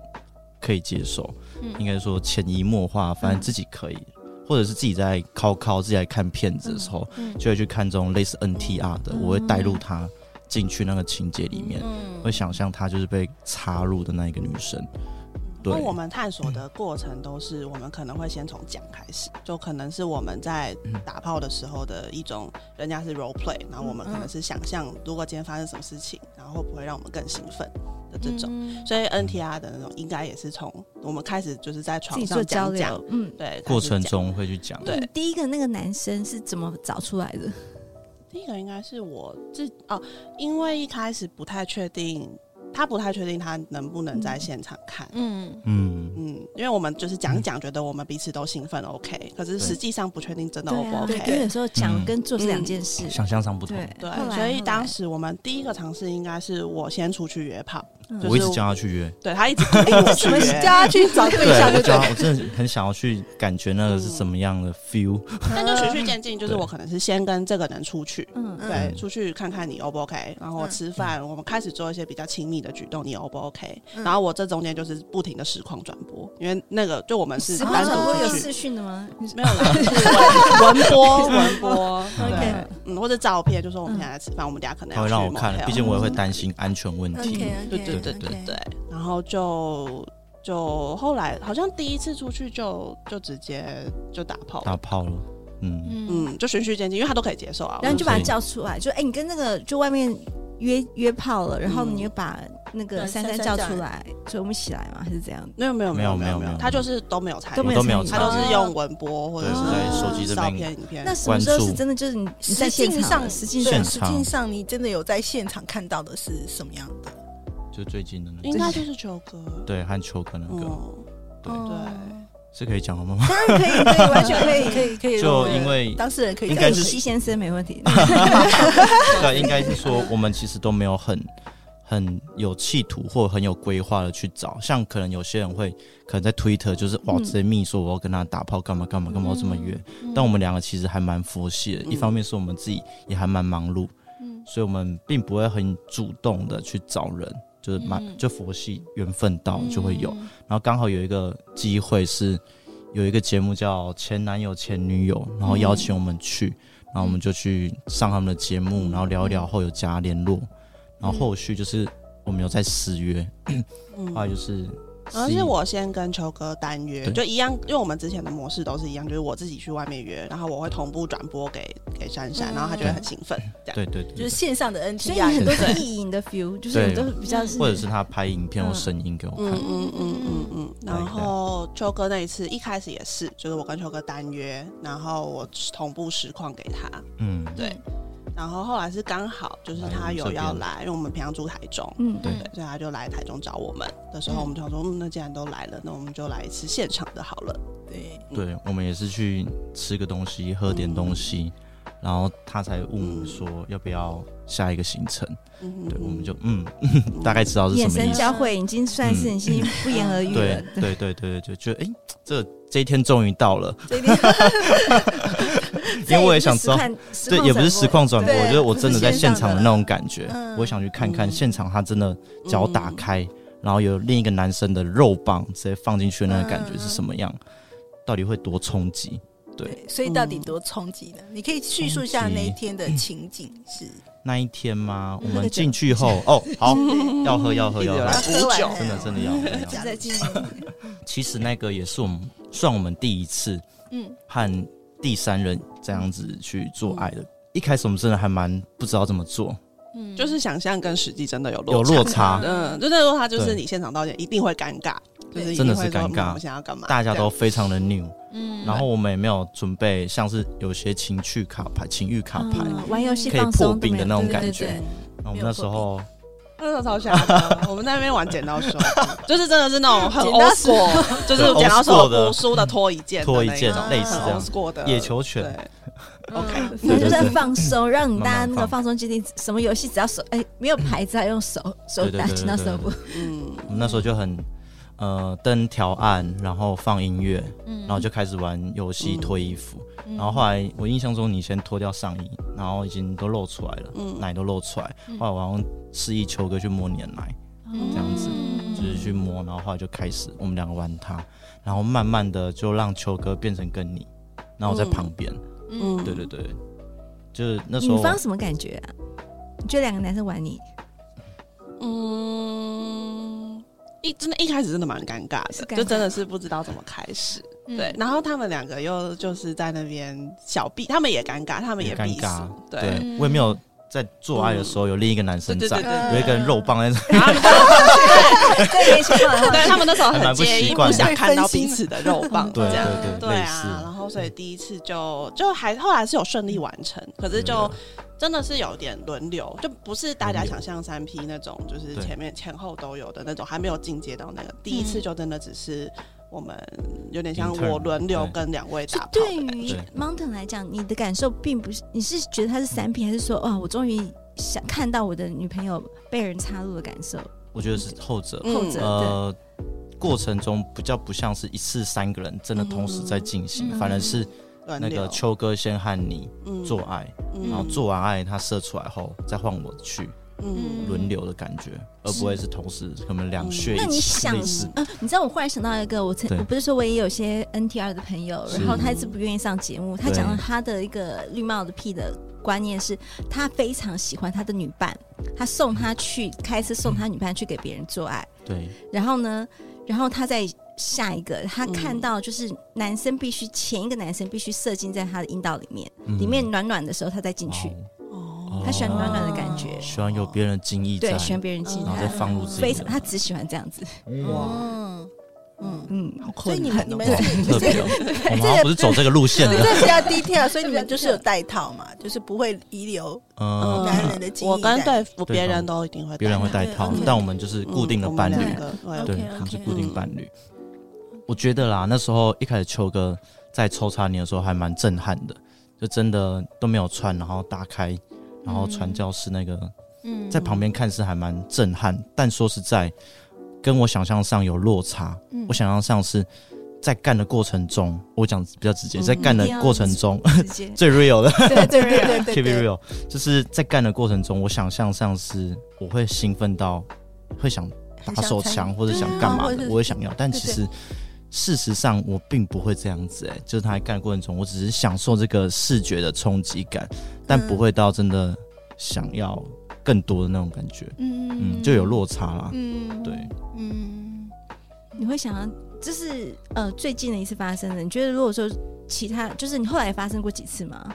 [SPEAKER 1] 可以接受，
[SPEAKER 3] 嗯
[SPEAKER 1] 应该说潜移默化，反正自己可以，或者是自己在靠靠自己在看片子的时候，
[SPEAKER 3] 嗯
[SPEAKER 1] 就会去看这种类似 NTR 的，我会带入他进去那个情节里
[SPEAKER 3] 嗯
[SPEAKER 1] 面，
[SPEAKER 5] 嗯
[SPEAKER 1] 嗯会想象她就是被插入的那一个女生。对
[SPEAKER 3] 那，我们探索的过程都是，我们可能会先从讲开始，
[SPEAKER 2] 嗯
[SPEAKER 3] 就可能是我们在打炮的时候的一种，人家是 role play，然后
[SPEAKER 2] 嗯
[SPEAKER 3] 我们可能是想象，如果今天发生什么事情，然后会不会让我们更兴奋的这
[SPEAKER 2] 嗯
[SPEAKER 3] 种。
[SPEAKER 5] 嗯
[SPEAKER 3] 所以 NTR 的那种，应该也是从我们开始就是在
[SPEAKER 2] 自
[SPEAKER 3] 床
[SPEAKER 2] 己做
[SPEAKER 3] 上
[SPEAKER 2] 交
[SPEAKER 3] 讲讲
[SPEAKER 2] 流，，嗯。
[SPEAKER 3] 对
[SPEAKER 1] 过程。
[SPEAKER 3] 开始讲
[SPEAKER 1] 中会去讲，
[SPEAKER 3] 对
[SPEAKER 2] 嗯第一个那个男生是怎么找出来的？
[SPEAKER 3] 第一个应该是我自哦，因为一开始不太确定，他不太确定他能不能在现场看，
[SPEAKER 2] 嗯，
[SPEAKER 1] 嗯，
[SPEAKER 3] 嗯，因为我们就是讲一讲，觉得我们彼此都兴奋，OK，可是实际上不确定真的
[SPEAKER 2] 对
[SPEAKER 3] O 不
[SPEAKER 2] 啊，因
[SPEAKER 3] OK。
[SPEAKER 2] 为有时候讲
[SPEAKER 1] 嗯
[SPEAKER 2] 跟做是两件事。
[SPEAKER 1] 想象上不同。
[SPEAKER 2] 对
[SPEAKER 3] 对
[SPEAKER 2] 后，来
[SPEAKER 3] 所以
[SPEAKER 2] 后
[SPEAKER 3] 当
[SPEAKER 2] 来
[SPEAKER 3] 时我们第一个尝试应该是我先出去约炮，
[SPEAKER 2] 嗯
[SPEAKER 3] 就是
[SPEAKER 1] 我一直叫他去约，
[SPEAKER 3] 对他一直鼓励我去
[SPEAKER 5] 我们
[SPEAKER 3] 约
[SPEAKER 5] 叫，他去找对象，
[SPEAKER 1] 我
[SPEAKER 5] 对不
[SPEAKER 1] 叫
[SPEAKER 5] 对？
[SPEAKER 1] 他，我真的很想要去感觉那个是什么样的 feel。
[SPEAKER 5] 嗯
[SPEAKER 3] 但就循序渐进，就是
[SPEAKER 1] 对
[SPEAKER 3] 我可能是先跟这个人出去，
[SPEAKER 2] 嗯
[SPEAKER 3] 对，
[SPEAKER 1] 嗯
[SPEAKER 3] 出去看看你 O 不 OK，然后
[SPEAKER 5] 嗯
[SPEAKER 3] 吃饭，我们开始做一些比较亲密的举动，你 O 不 OK，然
[SPEAKER 2] 嗯
[SPEAKER 3] 后我这中间就是不停的实况转播，因为那个就我们是
[SPEAKER 2] 时
[SPEAKER 3] 单
[SPEAKER 2] 光转播
[SPEAKER 3] 独
[SPEAKER 2] 有
[SPEAKER 3] 出去嗯
[SPEAKER 2] 视。讯的吗？
[SPEAKER 3] 没有啦，就是文文波 文波，对
[SPEAKER 2] OK，
[SPEAKER 3] 嗯，或者照片，就说我们现在在吃饭，我们等一下可能
[SPEAKER 1] 他
[SPEAKER 3] 要
[SPEAKER 1] 会
[SPEAKER 3] 去
[SPEAKER 1] 让我看
[SPEAKER 3] motel
[SPEAKER 1] 毕竟我也
[SPEAKER 5] 嗯
[SPEAKER 1] 会担心安全问题。
[SPEAKER 5] OK，OK，
[SPEAKER 3] 嗯对对对
[SPEAKER 5] OK
[SPEAKER 3] 对对，然后就就后来好像第一次出去就就直接就打炮，
[SPEAKER 1] 打炮了，嗯，
[SPEAKER 3] 嗯，就循序渐进，因为他都可以接受啊。
[SPEAKER 2] 然后你
[SPEAKER 1] 所
[SPEAKER 2] 就把他
[SPEAKER 1] 以
[SPEAKER 2] 叫出来，就哎、你跟那个就外面约约炮了，然后
[SPEAKER 3] 嗯
[SPEAKER 2] 你就把那个
[SPEAKER 5] 对
[SPEAKER 2] 珊
[SPEAKER 5] 珊
[SPEAKER 2] 珊
[SPEAKER 5] 珊
[SPEAKER 2] 叫
[SPEAKER 5] 叫
[SPEAKER 2] 出
[SPEAKER 5] 来
[SPEAKER 2] 来，所以我们一起来嘛，还是这样？
[SPEAKER 3] 没有没有
[SPEAKER 1] 没有
[SPEAKER 3] 有
[SPEAKER 1] 没有
[SPEAKER 3] 有
[SPEAKER 1] 没有
[SPEAKER 3] 他就是都没有参
[SPEAKER 2] 都
[SPEAKER 3] 与
[SPEAKER 2] 没，
[SPEAKER 1] 我都没有
[SPEAKER 3] 他
[SPEAKER 1] 参
[SPEAKER 3] 都
[SPEAKER 1] 与，
[SPEAKER 3] 是用文波或者
[SPEAKER 1] 对，是在手机
[SPEAKER 3] 是
[SPEAKER 1] 这
[SPEAKER 3] 照
[SPEAKER 1] 边
[SPEAKER 3] 片、影片
[SPEAKER 2] 那。什么时候是真的就是你你在
[SPEAKER 5] 实
[SPEAKER 2] 现
[SPEAKER 5] 际
[SPEAKER 2] 场
[SPEAKER 5] 上
[SPEAKER 2] 了实际
[SPEAKER 5] 对
[SPEAKER 2] 上
[SPEAKER 1] 现
[SPEAKER 5] 实
[SPEAKER 1] 场
[SPEAKER 5] 际上你真的有在现场看到的是什么样的？
[SPEAKER 1] 就最近的那
[SPEAKER 3] 应
[SPEAKER 1] 个，
[SPEAKER 3] 该就是球哥，
[SPEAKER 1] 对，和球可能个
[SPEAKER 3] 嗯，
[SPEAKER 1] 对
[SPEAKER 2] 哦
[SPEAKER 3] 对，
[SPEAKER 1] 是可以讲的吗？
[SPEAKER 5] 当然可以，可以，完全 可以，可以，可 以。
[SPEAKER 1] 就因为
[SPEAKER 5] 当事人可以
[SPEAKER 1] 应
[SPEAKER 5] 可
[SPEAKER 1] 该
[SPEAKER 5] 以
[SPEAKER 1] 是
[SPEAKER 2] 西先生没 问题，
[SPEAKER 1] 对，应该是说我们其实都没有很很有企图或很有规划的去找，像可能有些人会可能在 Twitter 就是哇直接密说我要跟他打炮干嘛干嘛干嘛我这么约，但我们两个其实还蛮佛系的，一方面是我们自己也还蛮忙碌，所以我们并不会很主动的去找人。就是蛮就佛系缘分到就会有，
[SPEAKER 2] 嗯
[SPEAKER 1] 然后刚好有一个机会是有一个节目叫《前男友前女友》，然后邀请我们去，然后我们就去上他们的节目，然后聊一聊后有加联络，然后后续就是我们有在私约，
[SPEAKER 3] 嗯
[SPEAKER 1] 后来就是
[SPEAKER 3] 然
[SPEAKER 1] 11
[SPEAKER 3] 后哦是我先跟球哥单约，
[SPEAKER 1] 对
[SPEAKER 3] 就一样，因为我们之前的模式都是一样，就是我自己去外面约，然后我会同步转播给给珊
[SPEAKER 5] 嗯
[SPEAKER 3] 珊，然后她就会很兴奋，这样。
[SPEAKER 1] 对对对，
[SPEAKER 5] 就是线上的 NT
[SPEAKER 2] 所以
[SPEAKER 5] 啊
[SPEAKER 2] 你，很多是意淫的 feel，就是你都是比较是
[SPEAKER 1] 或者是他拍影片或声音给我
[SPEAKER 3] 嗯
[SPEAKER 1] 看，
[SPEAKER 3] 嗯嗯嗯嗯，然后秋哥那一次一开始也是，就是我跟秋哥单约，然后我同步实况给他，
[SPEAKER 1] 嗯，
[SPEAKER 3] 对，然后后来是刚好就是
[SPEAKER 1] 来
[SPEAKER 3] 他
[SPEAKER 1] 我们
[SPEAKER 3] 有
[SPEAKER 1] 这边
[SPEAKER 3] 要来，因为我们平常住台中，
[SPEAKER 2] 嗯
[SPEAKER 1] 对
[SPEAKER 3] 对，所以他就来台中找我们的时候，我们就想说，嗯，那既然都来了，那我们就来一次现场的好了。
[SPEAKER 5] 对，
[SPEAKER 1] 对，我们也是去吃个东西，喝点东西，然后他才问我们说要不要下一个行程，
[SPEAKER 3] 嗯，
[SPEAKER 1] 对，我们就嗯，大概知道是什
[SPEAKER 2] 眼
[SPEAKER 1] 么
[SPEAKER 2] 神
[SPEAKER 1] 意思，
[SPEAKER 2] 交汇已经算是
[SPEAKER 1] 嗯
[SPEAKER 2] 已经不言而喻了
[SPEAKER 1] 对。对对对对，就觉得哎，这这一天终于到了，
[SPEAKER 5] 这 一定
[SPEAKER 1] 因为我也想知道。
[SPEAKER 2] 这
[SPEAKER 1] 对，也不是实况转播，
[SPEAKER 5] 对
[SPEAKER 1] 我觉得我真的在现场的那种感觉
[SPEAKER 5] 线上的，
[SPEAKER 1] 我也想去看看
[SPEAKER 3] 嗯
[SPEAKER 1] 现场他真的脚打开，然后有另一个男生的肉棒直接放进去的那个感觉是什么样，到底会多冲击？对，
[SPEAKER 5] 对，所以到底多冲击呢？你可以叙述一下那一天的情景是，
[SPEAKER 1] 那一天吗？我
[SPEAKER 2] 嗯
[SPEAKER 1] 们进去后，哦，好，要喝要喝
[SPEAKER 3] 一直
[SPEAKER 1] 哦要喝
[SPEAKER 3] 有来，
[SPEAKER 5] 喝
[SPEAKER 3] 补
[SPEAKER 5] 完
[SPEAKER 3] 酒
[SPEAKER 5] 了，
[SPEAKER 1] 真的真的要喝要喝。
[SPEAKER 5] 假
[SPEAKER 2] 在
[SPEAKER 5] 的
[SPEAKER 2] 进
[SPEAKER 1] 其实那个也是我们算我们第一次，嗯，和第三人这样子去做爱的。一开始我们真的还蛮不知道怎么做，
[SPEAKER 5] 嗯
[SPEAKER 3] 就是想象跟实际真的有
[SPEAKER 1] 有
[SPEAKER 3] 落差。
[SPEAKER 1] 落差，
[SPEAKER 3] 嗯，就那落差就是
[SPEAKER 1] 对
[SPEAKER 3] 你现场导演一定会尴尬，就是一定会
[SPEAKER 1] 真的是
[SPEAKER 3] 说
[SPEAKER 1] 尴尬
[SPEAKER 3] 嗯我们想要干嘛？
[SPEAKER 1] 大家都非常的 new，
[SPEAKER 4] 嗯
[SPEAKER 1] 然后我们也没有准备像是有些情趣卡牌、情欲卡牌，
[SPEAKER 2] 嗯玩游戏
[SPEAKER 1] 可以
[SPEAKER 2] 放
[SPEAKER 1] 破
[SPEAKER 2] 松
[SPEAKER 1] 冰的那种
[SPEAKER 2] 对
[SPEAKER 1] 感
[SPEAKER 2] 对
[SPEAKER 1] 觉。
[SPEAKER 2] 对
[SPEAKER 1] 然后我们那时候
[SPEAKER 3] 这样那时候超吓的，我们在那边玩剪刀手，就是真的是那种很 old school，就是
[SPEAKER 1] 对
[SPEAKER 3] 剪刀
[SPEAKER 1] old
[SPEAKER 3] 手
[SPEAKER 1] school 的
[SPEAKER 3] 读书的脱一件的那
[SPEAKER 1] 拖
[SPEAKER 3] 种，
[SPEAKER 1] 一件
[SPEAKER 5] 那个
[SPEAKER 1] 类似
[SPEAKER 3] 很
[SPEAKER 1] 这样
[SPEAKER 3] old，school 的
[SPEAKER 1] 野球拳，
[SPEAKER 3] 对，OK，
[SPEAKER 5] 哦嗯
[SPEAKER 2] 对反正就是放松，让你
[SPEAKER 1] 慢慢
[SPEAKER 2] 大家那个
[SPEAKER 1] 放
[SPEAKER 2] 放松基地，什么游戏只要手哎没有牌子，要用手手
[SPEAKER 1] 对对
[SPEAKER 2] 打
[SPEAKER 1] 对
[SPEAKER 2] 剪刀
[SPEAKER 1] 对对
[SPEAKER 2] 手部，
[SPEAKER 3] 嗯，
[SPEAKER 1] 我们那时候就很呃灯调暗，然后放音乐，然后就开始玩游戏
[SPEAKER 3] 嗯
[SPEAKER 1] 脱衣服。然后后来我印象中你先脱掉上衣，然后已经都露出来了，奶都露出来。后来我好像示意球哥去摸你的奶，这样子
[SPEAKER 2] 哦
[SPEAKER 1] 就是去摸，然后后来就开始我们两个玩它，然后慢慢的就让球哥变成跟你，然后我在旁边。
[SPEAKER 3] 嗯
[SPEAKER 1] 对对对，就是那时候
[SPEAKER 2] 女方什么感觉啊？你觉得两个男生玩你
[SPEAKER 3] 嗯，一真的，一开始真的蛮尴尬
[SPEAKER 2] 是
[SPEAKER 3] 的，
[SPEAKER 2] 尴尬
[SPEAKER 3] 就真的是不知道怎么开始。
[SPEAKER 5] 嗯
[SPEAKER 3] 对，然后他们两个又就是在那边小闭，他们也尴尬，他们也
[SPEAKER 1] 很尴
[SPEAKER 3] 闭
[SPEAKER 1] 尬
[SPEAKER 3] 死，，
[SPEAKER 1] 对
[SPEAKER 3] 对，嗯
[SPEAKER 1] 我也没有在做爱的时候有另一个男生
[SPEAKER 3] 对对
[SPEAKER 1] 在
[SPEAKER 3] 对，对，
[SPEAKER 5] 呃
[SPEAKER 1] 有一个人肉棒在那，
[SPEAKER 3] 然后他们
[SPEAKER 2] 对，没错，
[SPEAKER 3] 对他们那时候
[SPEAKER 1] 还蛮
[SPEAKER 3] 很
[SPEAKER 1] 不
[SPEAKER 3] 介
[SPEAKER 1] 习
[SPEAKER 3] 意，
[SPEAKER 1] 惯
[SPEAKER 3] 不
[SPEAKER 1] 的
[SPEAKER 3] 想看到彼此的肉棒，
[SPEAKER 1] 对
[SPEAKER 3] 这样
[SPEAKER 1] 对对
[SPEAKER 3] 对
[SPEAKER 1] 类
[SPEAKER 3] 啊，
[SPEAKER 1] 似
[SPEAKER 3] 然后所以第一次就就还后来是有顺利完成，可是就
[SPEAKER 1] 对
[SPEAKER 3] 真的是有点轮流，就不是大家想象三 P 那种，就是
[SPEAKER 1] 对嗯
[SPEAKER 3] 前面前后都有的那种，还没有进阶到那个。第一次就真的只是我们有点像
[SPEAKER 1] Intern，
[SPEAKER 3] 我轮流
[SPEAKER 1] 对
[SPEAKER 3] 跟两位
[SPEAKER 2] 所以
[SPEAKER 3] 打炮
[SPEAKER 2] 对
[SPEAKER 3] 的感
[SPEAKER 2] 于
[SPEAKER 3] 觉。
[SPEAKER 1] 对
[SPEAKER 2] Mountain 来讲，你的感受并不是，你是觉得它是三 P，还是说哇，我终于想看到我的女朋友被人插入的感受？
[SPEAKER 1] 我觉得是后者，
[SPEAKER 3] 嗯
[SPEAKER 2] 后者、
[SPEAKER 1] 呃，过程中比较不像是一次三个人真的同时在进行，
[SPEAKER 4] 嗯
[SPEAKER 1] 反而是
[SPEAKER 3] 轮
[SPEAKER 1] 那
[SPEAKER 3] 流嗯
[SPEAKER 1] 个秋哥先和你做爱，然后，做完爱他射出来后再换我去
[SPEAKER 3] 嗯
[SPEAKER 1] 呃轮流的感觉，而不会是同时可能两血
[SPEAKER 2] 那
[SPEAKER 1] 一
[SPEAKER 2] 你
[SPEAKER 1] 起
[SPEAKER 2] 想呃
[SPEAKER 1] 类似，
[SPEAKER 2] 对，你知道我忽然想到一个，我曾
[SPEAKER 1] 对
[SPEAKER 2] 我不是说我也有些 NTR 的朋友，
[SPEAKER 1] 是
[SPEAKER 2] 然后他一直不愿意上节目，他
[SPEAKER 1] 对
[SPEAKER 2] 讲了他的一个绿帽子屁的观念是，他非常喜欢他的女伴，他送他去开车送他女伴去给别人做爱，
[SPEAKER 1] 对，
[SPEAKER 2] 然后呢，然后他再下一个，他看到就是男生必须前一个男生必须射进在他的阴道里面，
[SPEAKER 1] 嗯
[SPEAKER 2] 里面暖暖的时候他再进去，
[SPEAKER 1] 哦，
[SPEAKER 2] 他喜欢暖暖的感
[SPEAKER 1] 哦
[SPEAKER 2] 觉，
[SPEAKER 1] 喜欢有别人的精液在
[SPEAKER 2] 对，，喜欢别人进
[SPEAKER 1] 然后再
[SPEAKER 2] 他，
[SPEAKER 1] 放入自己的，哦
[SPEAKER 2] 非常他只喜欢这样子，
[SPEAKER 5] 嗯嗯，
[SPEAKER 2] 嗯，
[SPEAKER 5] 所以你们你们
[SPEAKER 1] 哇
[SPEAKER 5] 是
[SPEAKER 1] 很特别哦，我们好像不是走这个路线
[SPEAKER 5] 这
[SPEAKER 1] 的。
[SPEAKER 5] 个比较 detail，所以你们就是 有带套嘛，就是不会遗留
[SPEAKER 1] 嗯，
[SPEAKER 5] 男人的记忆。
[SPEAKER 3] 我跟
[SPEAKER 5] 对
[SPEAKER 3] 对我别人都一定会，
[SPEAKER 1] 别人会带套
[SPEAKER 5] 对，
[SPEAKER 1] 但我们就是固定的伴
[SPEAKER 3] 嗯我
[SPEAKER 1] 侣
[SPEAKER 3] 们，两个
[SPEAKER 1] 对，
[SPEAKER 5] OK，OK
[SPEAKER 1] 我们是固定伴侣。我觉得啦，那时候一开始秋哥在抽查你的时候还蛮震撼的，就真的都没有穿，然后打开，然后传教士那个
[SPEAKER 4] 嗯
[SPEAKER 1] 在旁边看似还蛮震撼，但说实在，跟我想象上有落差。
[SPEAKER 2] 嗯
[SPEAKER 5] 嗯
[SPEAKER 1] 我想象上是在干的过程中，我讲比较直接，
[SPEAKER 3] 嗯
[SPEAKER 1] 在干的过程中
[SPEAKER 2] 嗯直接。
[SPEAKER 1] 最 real 的，
[SPEAKER 5] 对对对 对
[SPEAKER 1] keep it
[SPEAKER 5] 对对，
[SPEAKER 1] real，就是在干的过程中，我想象上是我会兴奋到会想打手枪或者想干嘛
[SPEAKER 5] 对啊或者
[SPEAKER 1] 的，
[SPEAKER 5] 是
[SPEAKER 1] 我也想要，但其实事实上我并不会这样子、欸，哎，就是他在干的过程中，我只是享受这个视觉的冲击感，
[SPEAKER 5] 嗯
[SPEAKER 1] 但不会到真的想要更多的那种感觉，
[SPEAKER 2] 嗯
[SPEAKER 1] 嗯，就有落差啦，
[SPEAKER 2] 嗯
[SPEAKER 1] 对。
[SPEAKER 2] 嗯，你会想要，就是呃，最近的一次发生的，你觉得如果说其他，就是你后来发生过几次吗？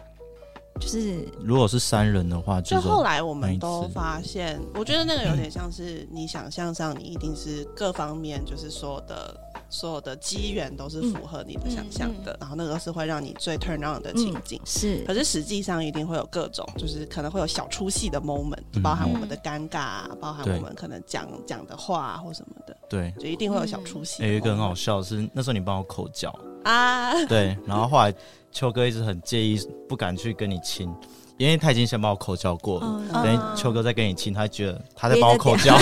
[SPEAKER 2] 就是
[SPEAKER 1] 如果是三人的话，就
[SPEAKER 3] 就是后来我们
[SPEAKER 1] 那
[SPEAKER 3] 都
[SPEAKER 1] 一次
[SPEAKER 3] 发现，我觉得那个有点像是你想象上，你一定是各方面就是所有的所有的机缘都是符合你的想象的，然后那个是会让你最 turn on 的情景。
[SPEAKER 2] 是
[SPEAKER 3] 可是实际上一定会有各种，就是可能会有小出戏的 moment，
[SPEAKER 6] 嗯
[SPEAKER 3] 包含我们的尴尬、啊，包含
[SPEAKER 1] 对
[SPEAKER 3] 我们可能讲讲的话、啊、或什么的，
[SPEAKER 1] 对，
[SPEAKER 3] 就一定会有小出戏的 moment、
[SPEAKER 1] 欸有一个很好笑的是，那时候你帮我口交，
[SPEAKER 3] 啊，
[SPEAKER 1] 对，然后后来秋哥一直很介意，不敢去跟你亲，因为他已经先帮我口交过了。
[SPEAKER 2] 嗯
[SPEAKER 1] 等于秋哥再跟你亲，他觉得他在帮我口交，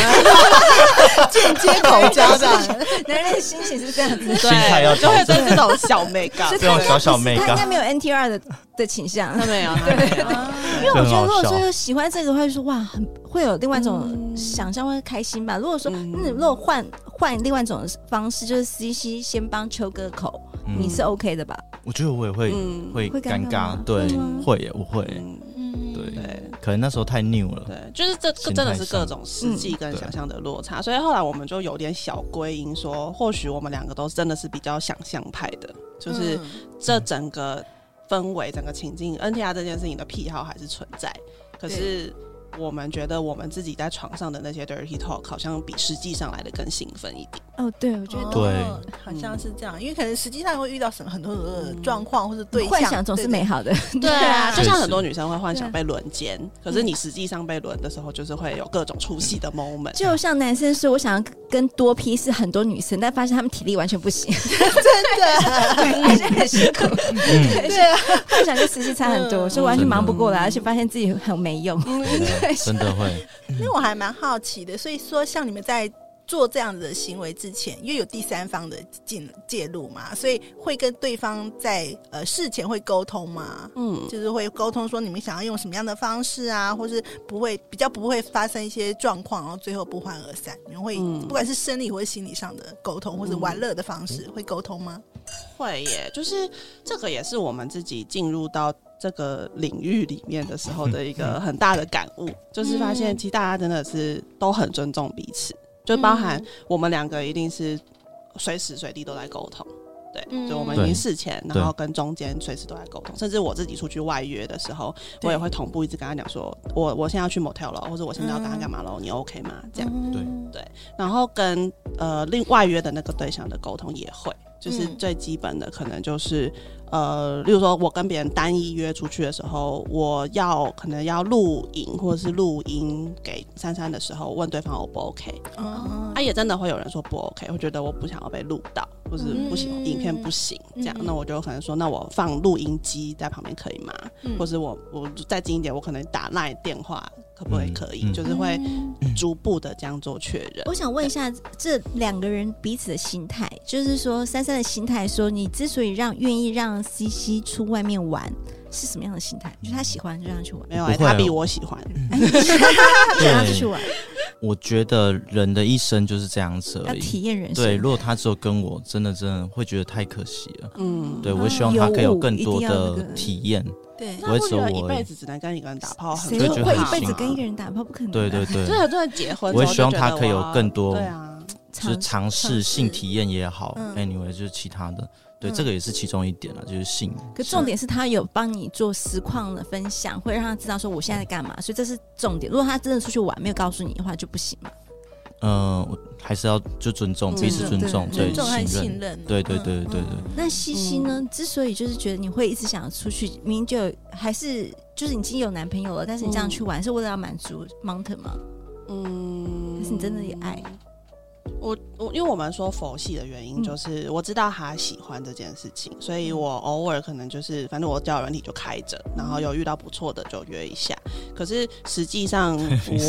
[SPEAKER 5] 间接口交这样。
[SPEAKER 2] 男人的心情是这样子
[SPEAKER 1] ，心态要
[SPEAKER 3] 对，就
[SPEAKER 1] 调
[SPEAKER 3] 会
[SPEAKER 1] 整，
[SPEAKER 3] 对这种小 make up，
[SPEAKER 2] 所以
[SPEAKER 1] 这种
[SPEAKER 2] 他应该
[SPEAKER 1] 小小
[SPEAKER 2] 不是他
[SPEAKER 1] make-up
[SPEAKER 2] 应该没有 NTR 的的倾 向。
[SPEAKER 3] 他没有，他没有，
[SPEAKER 2] 因为我觉得，
[SPEAKER 1] 很好
[SPEAKER 2] 如果
[SPEAKER 1] 笑
[SPEAKER 2] 说喜欢这个，会说哇，很会有另外一种想象，会开心吧。如果说，
[SPEAKER 3] 嗯
[SPEAKER 2] 那你如果换换另外一种方式，就是 C C 先帮秋哥口，
[SPEAKER 1] 嗯
[SPEAKER 2] 你是 OK 的吧？
[SPEAKER 1] 我觉得我也会
[SPEAKER 3] 嗯
[SPEAKER 1] 会
[SPEAKER 2] 会
[SPEAKER 1] 尴
[SPEAKER 2] 尴尬
[SPEAKER 1] 尬，
[SPEAKER 2] 吗
[SPEAKER 1] 对
[SPEAKER 2] 会吗，
[SPEAKER 1] 会耶，我会耶，
[SPEAKER 3] 嗯，
[SPEAKER 4] 嗯，
[SPEAKER 1] 对，
[SPEAKER 3] 对。
[SPEAKER 1] 可能那时候太 new 了，
[SPEAKER 3] 对，就是这这
[SPEAKER 1] 心态
[SPEAKER 3] 真的是
[SPEAKER 1] 上
[SPEAKER 3] 各种实际跟
[SPEAKER 1] 嗯
[SPEAKER 3] 想象的落差，所以后来我们就有点小归因说，或许我们两个都真的是比较想象派的，就是
[SPEAKER 5] 嗯
[SPEAKER 3] 这整个氛围、整个情境，NTR 这件事情的癖好还是存在，可是。我们觉得我们自己在床上的那些 dirty talk 好像比实际上来的更兴奋一点。
[SPEAKER 2] 哦，对，我觉得
[SPEAKER 5] 哦
[SPEAKER 1] 对
[SPEAKER 5] 好像是这样，因为可能实际上会遇到什么很多的状况或者对象，
[SPEAKER 2] 嗯幻想总是美好的。
[SPEAKER 5] 对啊
[SPEAKER 3] 就像
[SPEAKER 1] 确实
[SPEAKER 3] 很多女生会幻想
[SPEAKER 2] 对
[SPEAKER 3] 被轮奸，可是你实际上被轮的时候，就是会有各种出戏的 moment。
[SPEAKER 2] 就像男生说，我想要跟多批是很多女生，但发现他们体力完全不 行，
[SPEAKER 5] 啊
[SPEAKER 2] 真 的，还是很辛苦。
[SPEAKER 1] 嗯
[SPEAKER 2] 对啊，嗯幻想跟实际差很多，所以完全忙不过来，而且发现自己很没用。
[SPEAKER 1] 对真的会，
[SPEAKER 5] 因为我还蛮好奇的，所以说像你们在做这样子的行为之前，因为有第三方的进介入嘛，所以会跟对方在呃事前会沟通吗？
[SPEAKER 3] 嗯，
[SPEAKER 5] 就是会沟通说你们想要用什么样的方式啊，或是不会比较不会发生一些状况，然后最后不欢而散。你们会、
[SPEAKER 3] 嗯
[SPEAKER 5] 不管是生理或是心理上的沟通，或者玩乐的方式、会沟通吗？
[SPEAKER 3] 会耶，就是这个也是我们自己进入到这个领域里面的时候的一个很大的感悟，就是发现其实大家真的是都很尊重彼此，就包含我们两个一定是随时随地都在沟通。对，
[SPEAKER 4] 嗯
[SPEAKER 3] 就我们已经事前，然后跟中间随时都在沟通，甚至我自己出去外约的时候，我也会同步一直跟他讲说，我我现在要去 motel 了，或者我现在要跟他干嘛了，你 OK 吗？这样。
[SPEAKER 1] 对
[SPEAKER 5] 嗯
[SPEAKER 3] 然后跟呃另外约的那个对象的沟通也会，就是
[SPEAKER 2] 嗯
[SPEAKER 3] 最基本的可能就是、呃，例如说我跟别人单一约出去的时候，我要可能要录影或者是录音给珊珊的时候，问对方 O 不 OK，
[SPEAKER 5] 嗯，
[SPEAKER 2] 哦
[SPEAKER 3] 啊也真的会有人说不 OK，会觉得我不想要被录到，或是不行、
[SPEAKER 2] 嗯
[SPEAKER 3] 影片不行这样，
[SPEAKER 2] 嗯
[SPEAKER 3] 那我就可能说那我放录音机在旁边可以吗？
[SPEAKER 2] 嗯
[SPEAKER 3] 或是我我再近一点，我可能打赖电话可不可以？
[SPEAKER 1] 嗯
[SPEAKER 3] 可以，
[SPEAKER 1] 嗯
[SPEAKER 3] 就是会逐步的这样做确认。
[SPEAKER 2] 我想问一下，这两个人彼此的心态，就是说珊珊的心态，说你之所以让愿意让 C C 出外面玩，是什么样的心态？就是他喜欢就让他去玩，
[SPEAKER 3] 没有、欸，
[SPEAKER 1] 不会
[SPEAKER 3] 他比
[SPEAKER 1] 哦
[SPEAKER 3] 我喜欢。
[SPEAKER 2] 就让他去玩，
[SPEAKER 1] 我觉得人的一生就是这样子
[SPEAKER 2] 要
[SPEAKER 1] 而已。
[SPEAKER 2] 体验人生。
[SPEAKER 1] 对，如果他只有跟我，真的真的会觉得太可惜了。
[SPEAKER 3] 嗯，
[SPEAKER 1] 对，
[SPEAKER 2] 哦
[SPEAKER 1] 我希望他可以有更多
[SPEAKER 2] 有舞一定要那
[SPEAKER 1] 的
[SPEAKER 2] 个
[SPEAKER 1] 体验。
[SPEAKER 5] 对
[SPEAKER 3] 那
[SPEAKER 1] 我会走
[SPEAKER 3] 不觉得
[SPEAKER 1] 我
[SPEAKER 3] 一
[SPEAKER 1] 而已
[SPEAKER 3] 辈子只能跟一个人打炮，很
[SPEAKER 2] 谁
[SPEAKER 1] 就
[SPEAKER 3] 可
[SPEAKER 1] 觉得
[SPEAKER 2] 会
[SPEAKER 1] 很
[SPEAKER 2] 一辈
[SPEAKER 1] 幸
[SPEAKER 2] 子
[SPEAKER 1] 福
[SPEAKER 2] 跟一个人打炮？不可能啊。
[SPEAKER 1] 对对对
[SPEAKER 3] 真，的真的结婚之
[SPEAKER 1] 我
[SPEAKER 3] 后就觉得我要，
[SPEAKER 1] 也希望他可以有更多
[SPEAKER 3] 对啊，
[SPEAKER 1] 就是尝
[SPEAKER 5] 尝
[SPEAKER 1] 试
[SPEAKER 5] 试
[SPEAKER 1] 性体验也好
[SPEAKER 5] 嗯
[SPEAKER 1] ，anyway 就是其他的，对，
[SPEAKER 5] 嗯
[SPEAKER 1] 这个也是其中一点啊，就是性。
[SPEAKER 2] 可重点是他有帮你做实况的分享，会让他知道说我现在在干嘛，所以这是重点。如果他真的出去玩没有告诉你的话，就不行嘛。
[SPEAKER 1] 呃，我还是要就尊重
[SPEAKER 3] 嗯
[SPEAKER 1] 彼此，尊重，
[SPEAKER 5] 尊
[SPEAKER 1] 对，
[SPEAKER 5] 重和信
[SPEAKER 1] 任，
[SPEAKER 5] 任啊，
[SPEAKER 1] 对对对
[SPEAKER 5] 嗯
[SPEAKER 1] 对对对，
[SPEAKER 2] 那西西呢？之所以就是觉得你会一直想要出去，明明就有还是就是你已经有男朋友了，但是你这样去玩、是为了要满足 Mountain 吗？
[SPEAKER 3] 嗯，
[SPEAKER 2] 可是你真的也爱
[SPEAKER 3] 我我，因为我们说佛系的原因，
[SPEAKER 2] 嗯
[SPEAKER 3] 就是我知道他喜欢这件事情，所
[SPEAKER 1] 嗯
[SPEAKER 3] 以我偶尔可能就是，反正我交友软体就开着，然后有遇到不错的就约一下。可是实际 上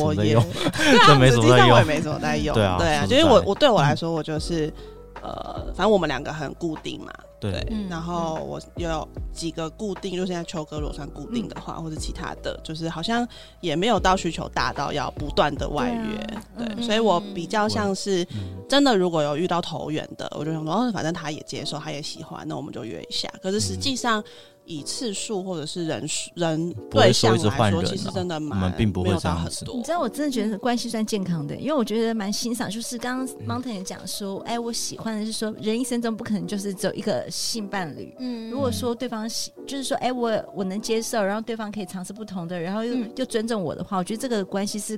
[SPEAKER 3] 我
[SPEAKER 1] 什么
[SPEAKER 3] 也
[SPEAKER 1] 用，
[SPEAKER 3] 对啊
[SPEAKER 1] 这没什
[SPEAKER 3] 实
[SPEAKER 1] 么
[SPEAKER 3] 际
[SPEAKER 1] 在
[SPEAKER 3] 上我也
[SPEAKER 1] 用
[SPEAKER 3] 没什么在用。
[SPEAKER 1] 对啊
[SPEAKER 3] 对啊，
[SPEAKER 1] 说
[SPEAKER 3] 就是
[SPEAKER 1] 实
[SPEAKER 3] 我
[SPEAKER 1] 在
[SPEAKER 3] 我对我来说，我就是呃，反正我们两个很固定嘛，
[SPEAKER 1] 对
[SPEAKER 3] 对，
[SPEAKER 2] 嗯
[SPEAKER 3] 然后我有几个固定，就现在秋哥如果算固定的话，
[SPEAKER 2] 嗯
[SPEAKER 3] 或者其他的，就是好像也没有到需求大到要不断的外约，
[SPEAKER 2] 对
[SPEAKER 3] 对,、
[SPEAKER 2] 啊嗯
[SPEAKER 3] 所以我比较像是
[SPEAKER 6] 嗯
[SPEAKER 3] 真的，如果有遇到投缘的，我就想说，哦，反正他也接受，他也喜欢，那我们就约一下。可是实际上。以次数或者是人数人
[SPEAKER 1] 不会
[SPEAKER 3] 对
[SPEAKER 1] 说
[SPEAKER 3] 象
[SPEAKER 1] 一直
[SPEAKER 3] 来
[SPEAKER 1] 换人
[SPEAKER 3] 说，
[SPEAKER 1] 啊
[SPEAKER 3] 其实真的蛮
[SPEAKER 1] 我们并不会
[SPEAKER 3] 没有到
[SPEAKER 1] 这样
[SPEAKER 3] 很
[SPEAKER 1] 子
[SPEAKER 3] 多。
[SPEAKER 2] 你知道，我真的觉得关系算健康的，因为我觉得蛮欣赏，就是刚
[SPEAKER 3] 嗯
[SPEAKER 2] 刚 Mountain 也讲说，哎，我喜欢的是说，人一生中不可能就是只有一个性伴侣。
[SPEAKER 4] 嗯
[SPEAKER 2] 如果说对方喜，就是说，哎，我我能接受，然后对方可以尝试不同的，然后又、
[SPEAKER 5] 嗯
[SPEAKER 2] 又尊重我的话，我觉得这个关系是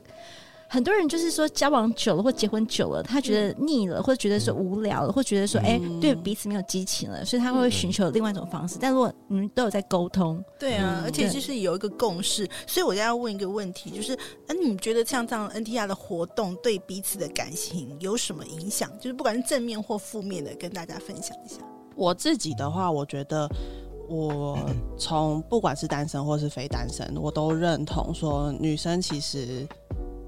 [SPEAKER 2] 很多人就是说交往久了或结婚久了，他觉得腻了，或者觉得说无聊了，或者觉得说，哎、
[SPEAKER 3] 嗯
[SPEAKER 2] 对彼此没有激情了，所以他会寻求另外一种方式。但如果你们都有在沟通，
[SPEAKER 5] 对啊，
[SPEAKER 3] 嗯
[SPEAKER 5] 而且
[SPEAKER 2] 对
[SPEAKER 5] 就是有一个共识，所以我现在要问一个问题，就是，嗯，你们觉得像这样 NTR 的活动对彼此的感情有什么影响？就是不管是正面或负面的，跟大家分享一下。
[SPEAKER 3] 我自己的话，我觉得我从不管是单身或是非单身，我都认同说女生其实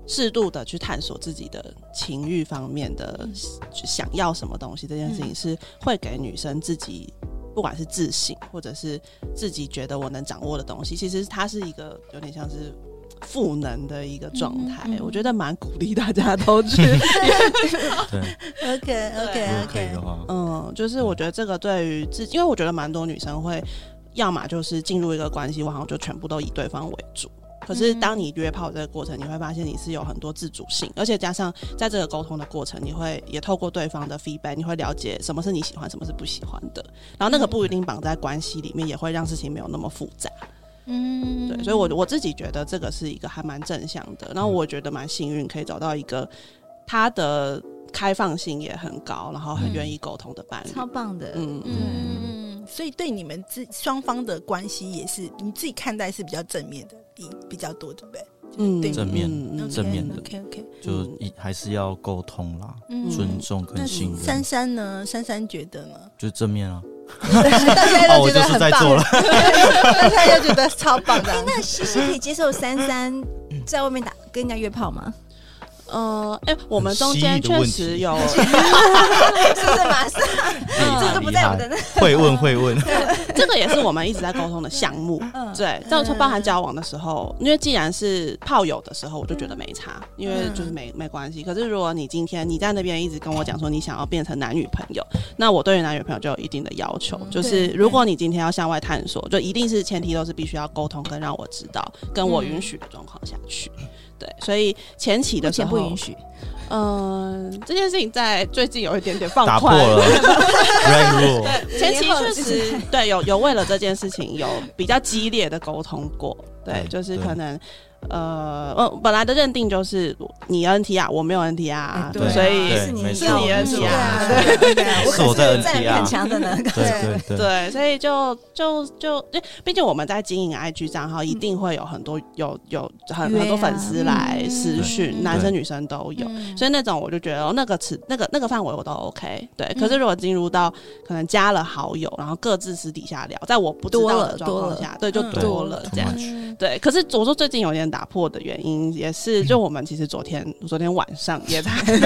[SPEAKER 3] 适度的去探索自己的情欲方面
[SPEAKER 2] 嗯
[SPEAKER 3] 的想要什么东西，这件事情是会给女生自己。不管是自信，或者是自己觉得我能掌握的东西，其实它是一个有点像是赋能的一个状态。
[SPEAKER 2] 嗯嗯嗯
[SPEAKER 3] 我觉得蛮鼓励大家都去
[SPEAKER 1] 对，
[SPEAKER 5] OK
[SPEAKER 1] 如
[SPEAKER 5] OK
[SPEAKER 1] 果可以
[SPEAKER 5] OK，
[SPEAKER 1] 的话，
[SPEAKER 3] 嗯，就是我觉得这个对于自，因为我觉得蛮多女生会，要么就是进入一个关系，我好像就全部都以对方为主。可是当你约炮这个过程，你会发现你是有很多自主性，而且加上在这个沟通的过程，你会也透过对方的 feedback，你会了解什么是你喜欢，什么是不喜欢的。然后那个不一定绑在关系里面，也会让事情没有那么复杂。
[SPEAKER 4] 嗯
[SPEAKER 3] 对，所以我我自己觉得这个是一个还蛮正向的，然后我觉得蛮幸运可以找到一个他的开放性也很高，然后很愿意沟通的伴侣。
[SPEAKER 2] 超棒的，
[SPEAKER 3] 嗯，
[SPEAKER 4] 嗯
[SPEAKER 5] 所以对你们自双方的关系也是，你自己看待是比较正面的，比比较多，对不对？
[SPEAKER 3] 嗯，
[SPEAKER 5] 对
[SPEAKER 1] 正面
[SPEAKER 3] 嗯
[SPEAKER 1] 正面的
[SPEAKER 5] OK OK。
[SPEAKER 1] 就一还是要沟通啦，
[SPEAKER 4] 嗯
[SPEAKER 1] 尊重跟
[SPEAKER 5] 那
[SPEAKER 1] 信
[SPEAKER 5] 珊
[SPEAKER 1] 任，
[SPEAKER 5] 珊呢？珊珊觉得呢？
[SPEAKER 1] 就正面啊。
[SPEAKER 5] 大家
[SPEAKER 1] 哦，
[SPEAKER 5] 都
[SPEAKER 1] 我就
[SPEAKER 5] 觉得
[SPEAKER 1] 是
[SPEAKER 5] 很
[SPEAKER 1] 在
[SPEAKER 5] 棒
[SPEAKER 1] 做 了，，
[SPEAKER 5] 大家都觉得超棒的。
[SPEAKER 2] 哎那西西可以接受三三
[SPEAKER 1] 嗯
[SPEAKER 2] 在外面打跟人家约炮吗？
[SPEAKER 3] 呃，哎、我们
[SPEAKER 1] 很
[SPEAKER 3] 中
[SPEAKER 1] 犀
[SPEAKER 3] 间
[SPEAKER 1] 利的问
[SPEAKER 3] 确
[SPEAKER 1] 题
[SPEAKER 3] 实 有，
[SPEAKER 2] 是不是马上？这个不
[SPEAKER 1] 啊厉
[SPEAKER 2] 在我
[SPEAKER 1] 害
[SPEAKER 2] 们的，那
[SPEAKER 1] 会问会问，
[SPEAKER 3] 这个也是我们一直在沟通的项目。
[SPEAKER 2] 嗯
[SPEAKER 3] 对，但是包含交往的时候，因为既然是炮友的时候，我就觉得没差，
[SPEAKER 2] 嗯
[SPEAKER 3] 因为就是没没关系。可是如果你今天你在那边一直跟我讲说你想要变成男女朋友，那我对于男女朋友就有一定的要求，
[SPEAKER 2] 嗯
[SPEAKER 3] 就是
[SPEAKER 5] 对
[SPEAKER 3] 如果你今天要向外探索，就一定是前提都是必须要沟通跟让我知道，跟我允许的状况下去。对，所以前期的
[SPEAKER 2] 嗯目
[SPEAKER 3] 时
[SPEAKER 2] 前
[SPEAKER 3] 候
[SPEAKER 2] 不允许。
[SPEAKER 1] 哦
[SPEAKER 3] 嗯、这件事情在最近有一点点放
[SPEAKER 1] 打破
[SPEAKER 3] 宽
[SPEAKER 1] 了 red rule，
[SPEAKER 3] 前期
[SPEAKER 2] 以后
[SPEAKER 3] 确
[SPEAKER 2] 就是
[SPEAKER 3] 实对有有为了这件事情有比较激烈的沟通过，对，
[SPEAKER 1] 嗯
[SPEAKER 3] 就是
[SPEAKER 1] 对
[SPEAKER 3] 可能呃，呃本来的认定就是你 NTR，我没有 NTR，、
[SPEAKER 2] 哎
[SPEAKER 1] 啊
[SPEAKER 2] 啊
[SPEAKER 1] 对
[SPEAKER 3] 所以
[SPEAKER 1] 对
[SPEAKER 2] 是你
[SPEAKER 1] 没
[SPEAKER 3] 是
[SPEAKER 1] 错
[SPEAKER 3] 你
[SPEAKER 1] 没
[SPEAKER 3] 的
[SPEAKER 1] 错
[SPEAKER 3] 题
[SPEAKER 5] 对
[SPEAKER 3] 啊，
[SPEAKER 5] 啊，对啊对啊，
[SPEAKER 2] 我
[SPEAKER 1] 是我
[SPEAKER 2] 可
[SPEAKER 1] 在
[SPEAKER 2] 是
[SPEAKER 1] NT
[SPEAKER 2] 力
[SPEAKER 1] 啊
[SPEAKER 2] 很强的呢。
[SPEAKER 1] 对对对，
[SPEAKER 3] 对，所以就就就，因为毕竟我们在经营 IG 账号，一定会有很多有有很
[SPEAKER 2] 约啊
[SPEAKER 3] 很多粉丝来
[SPEAKER 4] 嗯
[SPEAKER 3] 私讯，
[SPEAKER 4] 对
[SPEAKER 3] 男生女生都有，嗯
[SPEAKER 5] 嗯
[SPEAKER 3] 所以那种我就觉得哦，那个尺那个那个范围我都 OK。对，可是如果进入到可能加了好友，然后各自私底下聊，在我不知道
[SPEAKER 2] 多了多
[SPEAKER 3] 的状
[SPEAKER 2] 了
[SPEAKER 3] 况下，对，就
[SPEAKER 5] 嗯
[SPEAKER 3] 多了这样。
[SPEAKER 1] Too much
[SPEAKER 3] 对，可是我说最近有点打破的原因，也是就我们其实昨天昨天晚上也才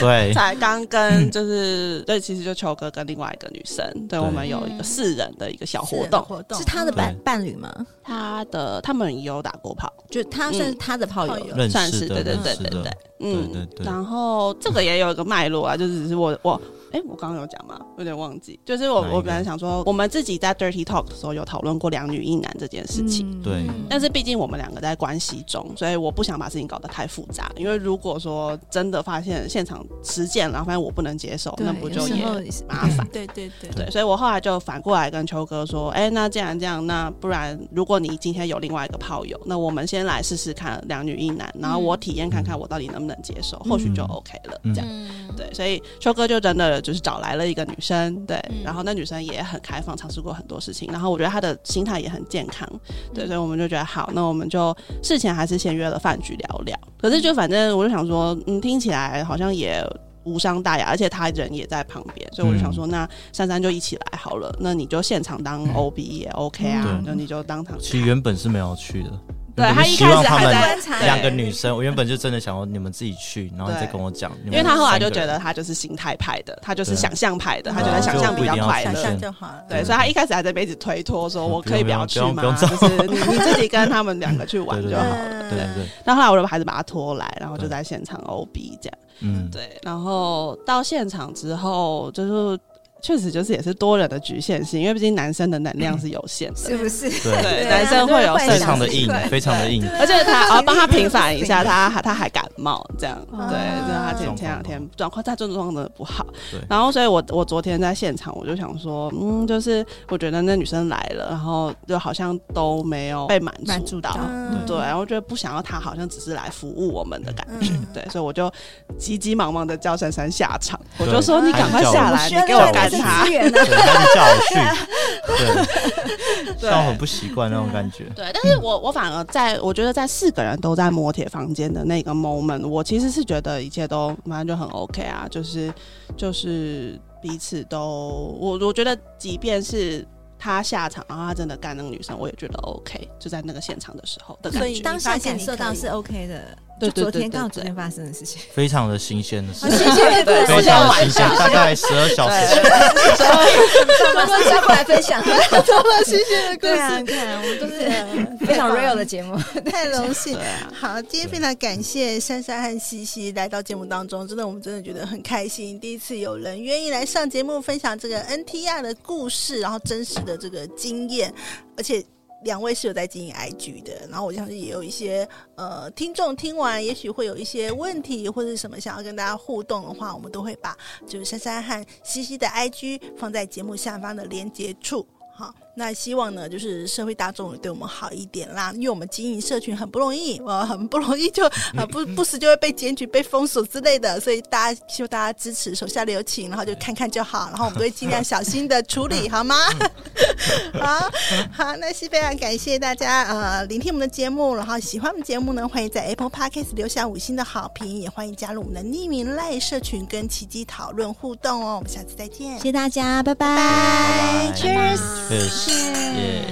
[SPEAKER 1] 对，
[SPEAKER 3] 才刚跟就是对，其实就球哥跟另外一个女生，
[SPEAKER 1] 对
[SPEAKER 3] 对我们有一个四人的一个小活
[SPEAKER 5] 是的
[SPEAKER 3] 动，
[SPEAKER 5] 活动嗯
[SPEAKER 2] 是他的伴伴侣吗？
[SPEAKER 3] 他的他们也有打过炮，
[SPEAKER 2] 就他算是他的炮友
[SPEAKER 5] 嗯
[SPEAKER 2] 了。
[SPEAKER 1] 认
[SPEAKER 3] 算
[SPEAKER 1] 识
[SPEAKER 3] 是
[SPEAKER 1] 的，
[SPEAKER 3] 对对
[SPEAKER 1] 认
[SPEAKER 3] 对
[SPEAKER 1] 识
[SPEAKER 3] 对
[SPEAKER 1] 的
[SPEAKER 3] 对，嗯
[SPEAKER 1] 对对对
[SPEAKER 3] 然后这个也有一个脉络啊，就只是我我。哎、我刚刚有讲吗？有点忘记。就是我
[SPEAKER 1] 哪一个
[SPEAKER 3] 我本来想说，我们自己在 Dirty Talk 的时候有讨论过两女一男这件事
[SPEAKER 2] 嗯
[SPEAKER 3] 情，
[SPEAKER 1] 对，
[SPEAKER 3] 但是毕竟我们两个在关系中，所以我不想把事情搞得太复杂。因为如果说真的发现现场实践，然后发现我不能接受，
[SPEAKER 2] 对
[SPEAKER 3] 那不就
[SPEAKER 2] 有时
[SPEAKER 3] 也
[SPEAKER 2] 候也是
[SPEAKER 3] 麻烦？
[SPEAKER 5] 对对对
[SPEAKER 1] 对
[SPEAKER 3] 对，所以我后来就反过来跟秋哥说，哎、那既然这样，那不然如果你今天有另外一个炮友，那我们先来试试看两女一男，然后我体验看看我到底能不能接受，或许就
[SPEAKER 1] 嗯
[SPEAKER 3] OK 了，
[SPEAKER 1] 嗯
[SPEAKER 3] 这样。对，所以秋哥就真的就是找来了一个女生，对，
[SPEAKER 5] 嗯
[SPEAKER 3] 然后那女生也很开放，尝试过很多事情，然后我觉得她的心态也很健康，
[SPEAKER 5] 嗯
[SPEAKER 3] 对，所以我们就觉得好，那我们就事前还是先约了饭局聊聊。可是
[SPEAKER 5] 嗯
[SPEAKER 3] 就反正我就想说，嗯，听起来好像也无伤大雅，而且他人也在旁边，所以我就想
[SPEAKER 1] 嗯
[SPEAKER 3] 说，那珊珊就一起来好了，那你就现场当 OB 也 OK 啊，
[SPEAKER 1] 嗯对
[SPEAKER 3] 那你就当场
[SPEAKER 1] 其实原本是没有去的，
[SPEAKER 3] 对
[SPEAKER 1] 原本
[SPEAKER 3] 他
[SPEAKER 1] 是
[SPEAKER 3] 一
[SPEAKER 1] 希
[SPEAKER 3] 开
[SPEAKER 1] 望
[SPEAKER 3] 始
[SPEAKER 1] 他
[SPEAKER 3] 还
[SPEAKER 1] 们
[SPEAKER 3] 在对
[SPEAKER 1] 两个女生，我原本就真的想要你们自己去，然后你再跟我讲，你
[SPEAKER 3] 因
[SPEAKER 1] 们
[SPEAKER 3] 为他后来
[SPEAKER 1] 三
[SPEAKER 3] 就
[SPEAKER 1] 个
[SPEAKER 3] 觉
[SPEAKER 1] 人
[SPEAKER 3] 得他就是心态派的，他就是
[SPEAKER 1] 对
[SPEAKER 3] 想象派的，他
[SPEAKER 5] 嗯
[SPEAKER 3] 觉得想象比较快
[SPEAKER 5] 想
[SPEAKER 1] 对
[SPEAKER 5] 象
[SPEAKER 3] 乐。
[SPEAKER 5] 就好了。
[SPEAKER 3] 对，
[SPEAKER 1] 嗯
[SPEAKER 3] 所以他一开始还在被一直推 脱，说我可以
[SPEAKER 1] 不
[SPEAKER 3] 要
[SPEAKER 1] 用
[SPEAKER 3] 去
[SPEAKER 1] 不
[SPEAKER 3] 吗？
[SPEAKER 1] 用不用
[SPEAKER 3] 就是你你自己跟他们两个去玩
[SPEAKER 1] 对对对
[SPEAKER 3] 就好
[SPEAKER 5] 了
[SPEAKER 3] 了。
[SPEAKER 1] 对对对，
[SPEAKER 3] 但后来我就还是把他拖来，然后就在现场 OB 这样。
[SPEAKER 1] 嗯，
[SPEAKER 3] 对，然后到现场之后，就是确实就是也是多人的局限性，因为毕竟男生的能 量是有限的，
[SPEAKER 2] 是不是？
[SPEAKER 1] 对，
[SPEAKER 3] 对，
[SPEAKER 2] 啊
[SPEAKER 3] 男生会有
[SPEAKER 2] 对
[SPEAKER 1] 非
[SPEAKER 3] 肾
[SPEAKER 1] 常的
[SPEAKER 3] 上
[SPEAKER 1] 硬
[SPEAKER 3] 腺，
[SPEAKER 1] 非常的硬，
[SPEAKER 3] 而且他，我哦要帮他平反一 下，他他还感冒这样，对，
[SPEAKER 5] 啊
[SPEAKER 3] 就是他前前
[SPEAKER 1] 状况
[SPEAKER 3] 两天状况，他症状真的不好
[SPEAKER 1] 对。
[SPEAKER 3] 然后，所以我我昨天在现场，我就想说，嗯，就是我觉得那女生来了，然后就好像都没有被满
[SPEAKER 2] 满
[SPEAKER 3] 足
[SPEAKER 2] 足
[SPEAKER 3] 到
[SPEAKER 2] 到，
[SPEAKER 5] 嗯
[SPEAKER 3] 哦对，然后觉得不想要她好像只是来服务我们的感觉，
[SPEAKER 5] 嗯
[SPEAKER 3] 对，所以我就急急忙忙的叫珊珊下场，我
[SPEAKER 1] 对
[SPEAKER 3] 就说
[SPEAKER 5] 啊
[SPEAKER 3] 你赶快下
[SPEAKER 2] 嗯
[SPEAKER 3] 来，你
[SPEAKER 2] 需要
[SPEAKER 3] 嗯给我
[SPEAKER 2] 人
[SPEAKER 3] 干
[SPEAKER 2] 生
[SPEAKER 3] 她
[SPEAKER 2] 资。源 啊呢。
[SPEAKER 1] 对，他就叫我去，对，让我很不习惯那种感觉，
[SPEAKER 3] 对，但是我我反而在我觉得在四个人都在磨铁房间的那个 moment，我其实是觉得一切都反正就很 OK 啊，就是就是彼此都我我觉得即便是他下场，然后他真的干那个女生，我也觉得 OK，就在那个现场的时候的感
[SPEAKER 5] 所
[SPEAKER 3] 觉
[SPEAKER 5] 以。
[SPEAKER 2] 当下感受到是 OK 的，
[SPEAKER 3] 对
[SPEAKER 2] 就
[SPEAKER 3] 对对
[SPEAKER 2] 昨天
[SPEAKER 3] 对
[SPEAKER 2] 刚好
[SPEAKER 3] 对
[SPEAKER 2] 昨天发生的事情，
[SPEAKER 1] 非常的新鲜的事情，
[SPEAKER 2] 谢
[SPEAKER 3] 对，昨
[SPEAKER 1] 非
[SPEAKER 3] 天
[SPEAKER 1] 常的
[SPEAKER 3] 晚
[SPEAKER 1] 新鲜
[SPEAKER 3] 上，
[SPEAKER 1] 大概十二小时前，
[SPEAKER 2] 我们都过来分享，
[SPEAKER 5] 多么新鲜的故
[SPEAKER 2] 对啊，
[SPEAKER 5] 事，
[SPEAKER 2] 你看我们都是
[SPEAKER 5] 是
[SPEAKER 2] 非常 real 的节目，
[SPEAKER 5] 太荣幸
[SPEAKER 3] 对。啊，
[SPEAKER 5] 好，今天非常感谢珊珊和西西来到节目当中，真的我们真的觉得很开心，第一次有人愿意来上节目分享这个 NTR 的故事，然后真实的这个经验，而且。两位是有在经营 IG 的，然后我相信也有一些呃听众听完，也许会有一些问题或者是什么想要跟大家互动的话，我们都会把就是珊珊和西西的 IG 放在节目下方的连接处。好，那希望呢，就是社会大众也对我们好一点啦，因为我们经营社群很不容易，呃，很不容易就呃不不时就会被检举、被封锁之类的，所以大家希望大家支持，手下留情，然后就看看就好，然后我们都会尽量小心的处理，好吗？好好，那是非常感谢大家呃聆听我们的节目，然后喜欢我们节目呢，欢迎在 Apple Podcast 留下五星的好评，也欢迎加入我们的匿名赖社群跟奇迹讨论互动哦，我们下次再见
[SPEAKER 2] 谢，谢大家，拜拜，Cheers。
[SPEAKER 1] Cheers，耶。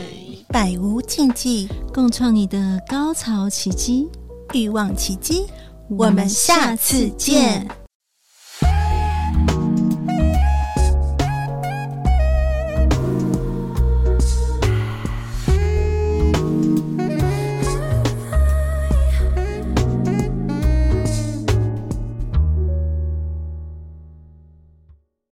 [SPEAKER 5] 百无禁忌，
[SPEAKER 4] 共创你的高潮奇迹。
[SPEAKER 5] 欲望奇迹。
[SPEAKER 4] 我们下次见。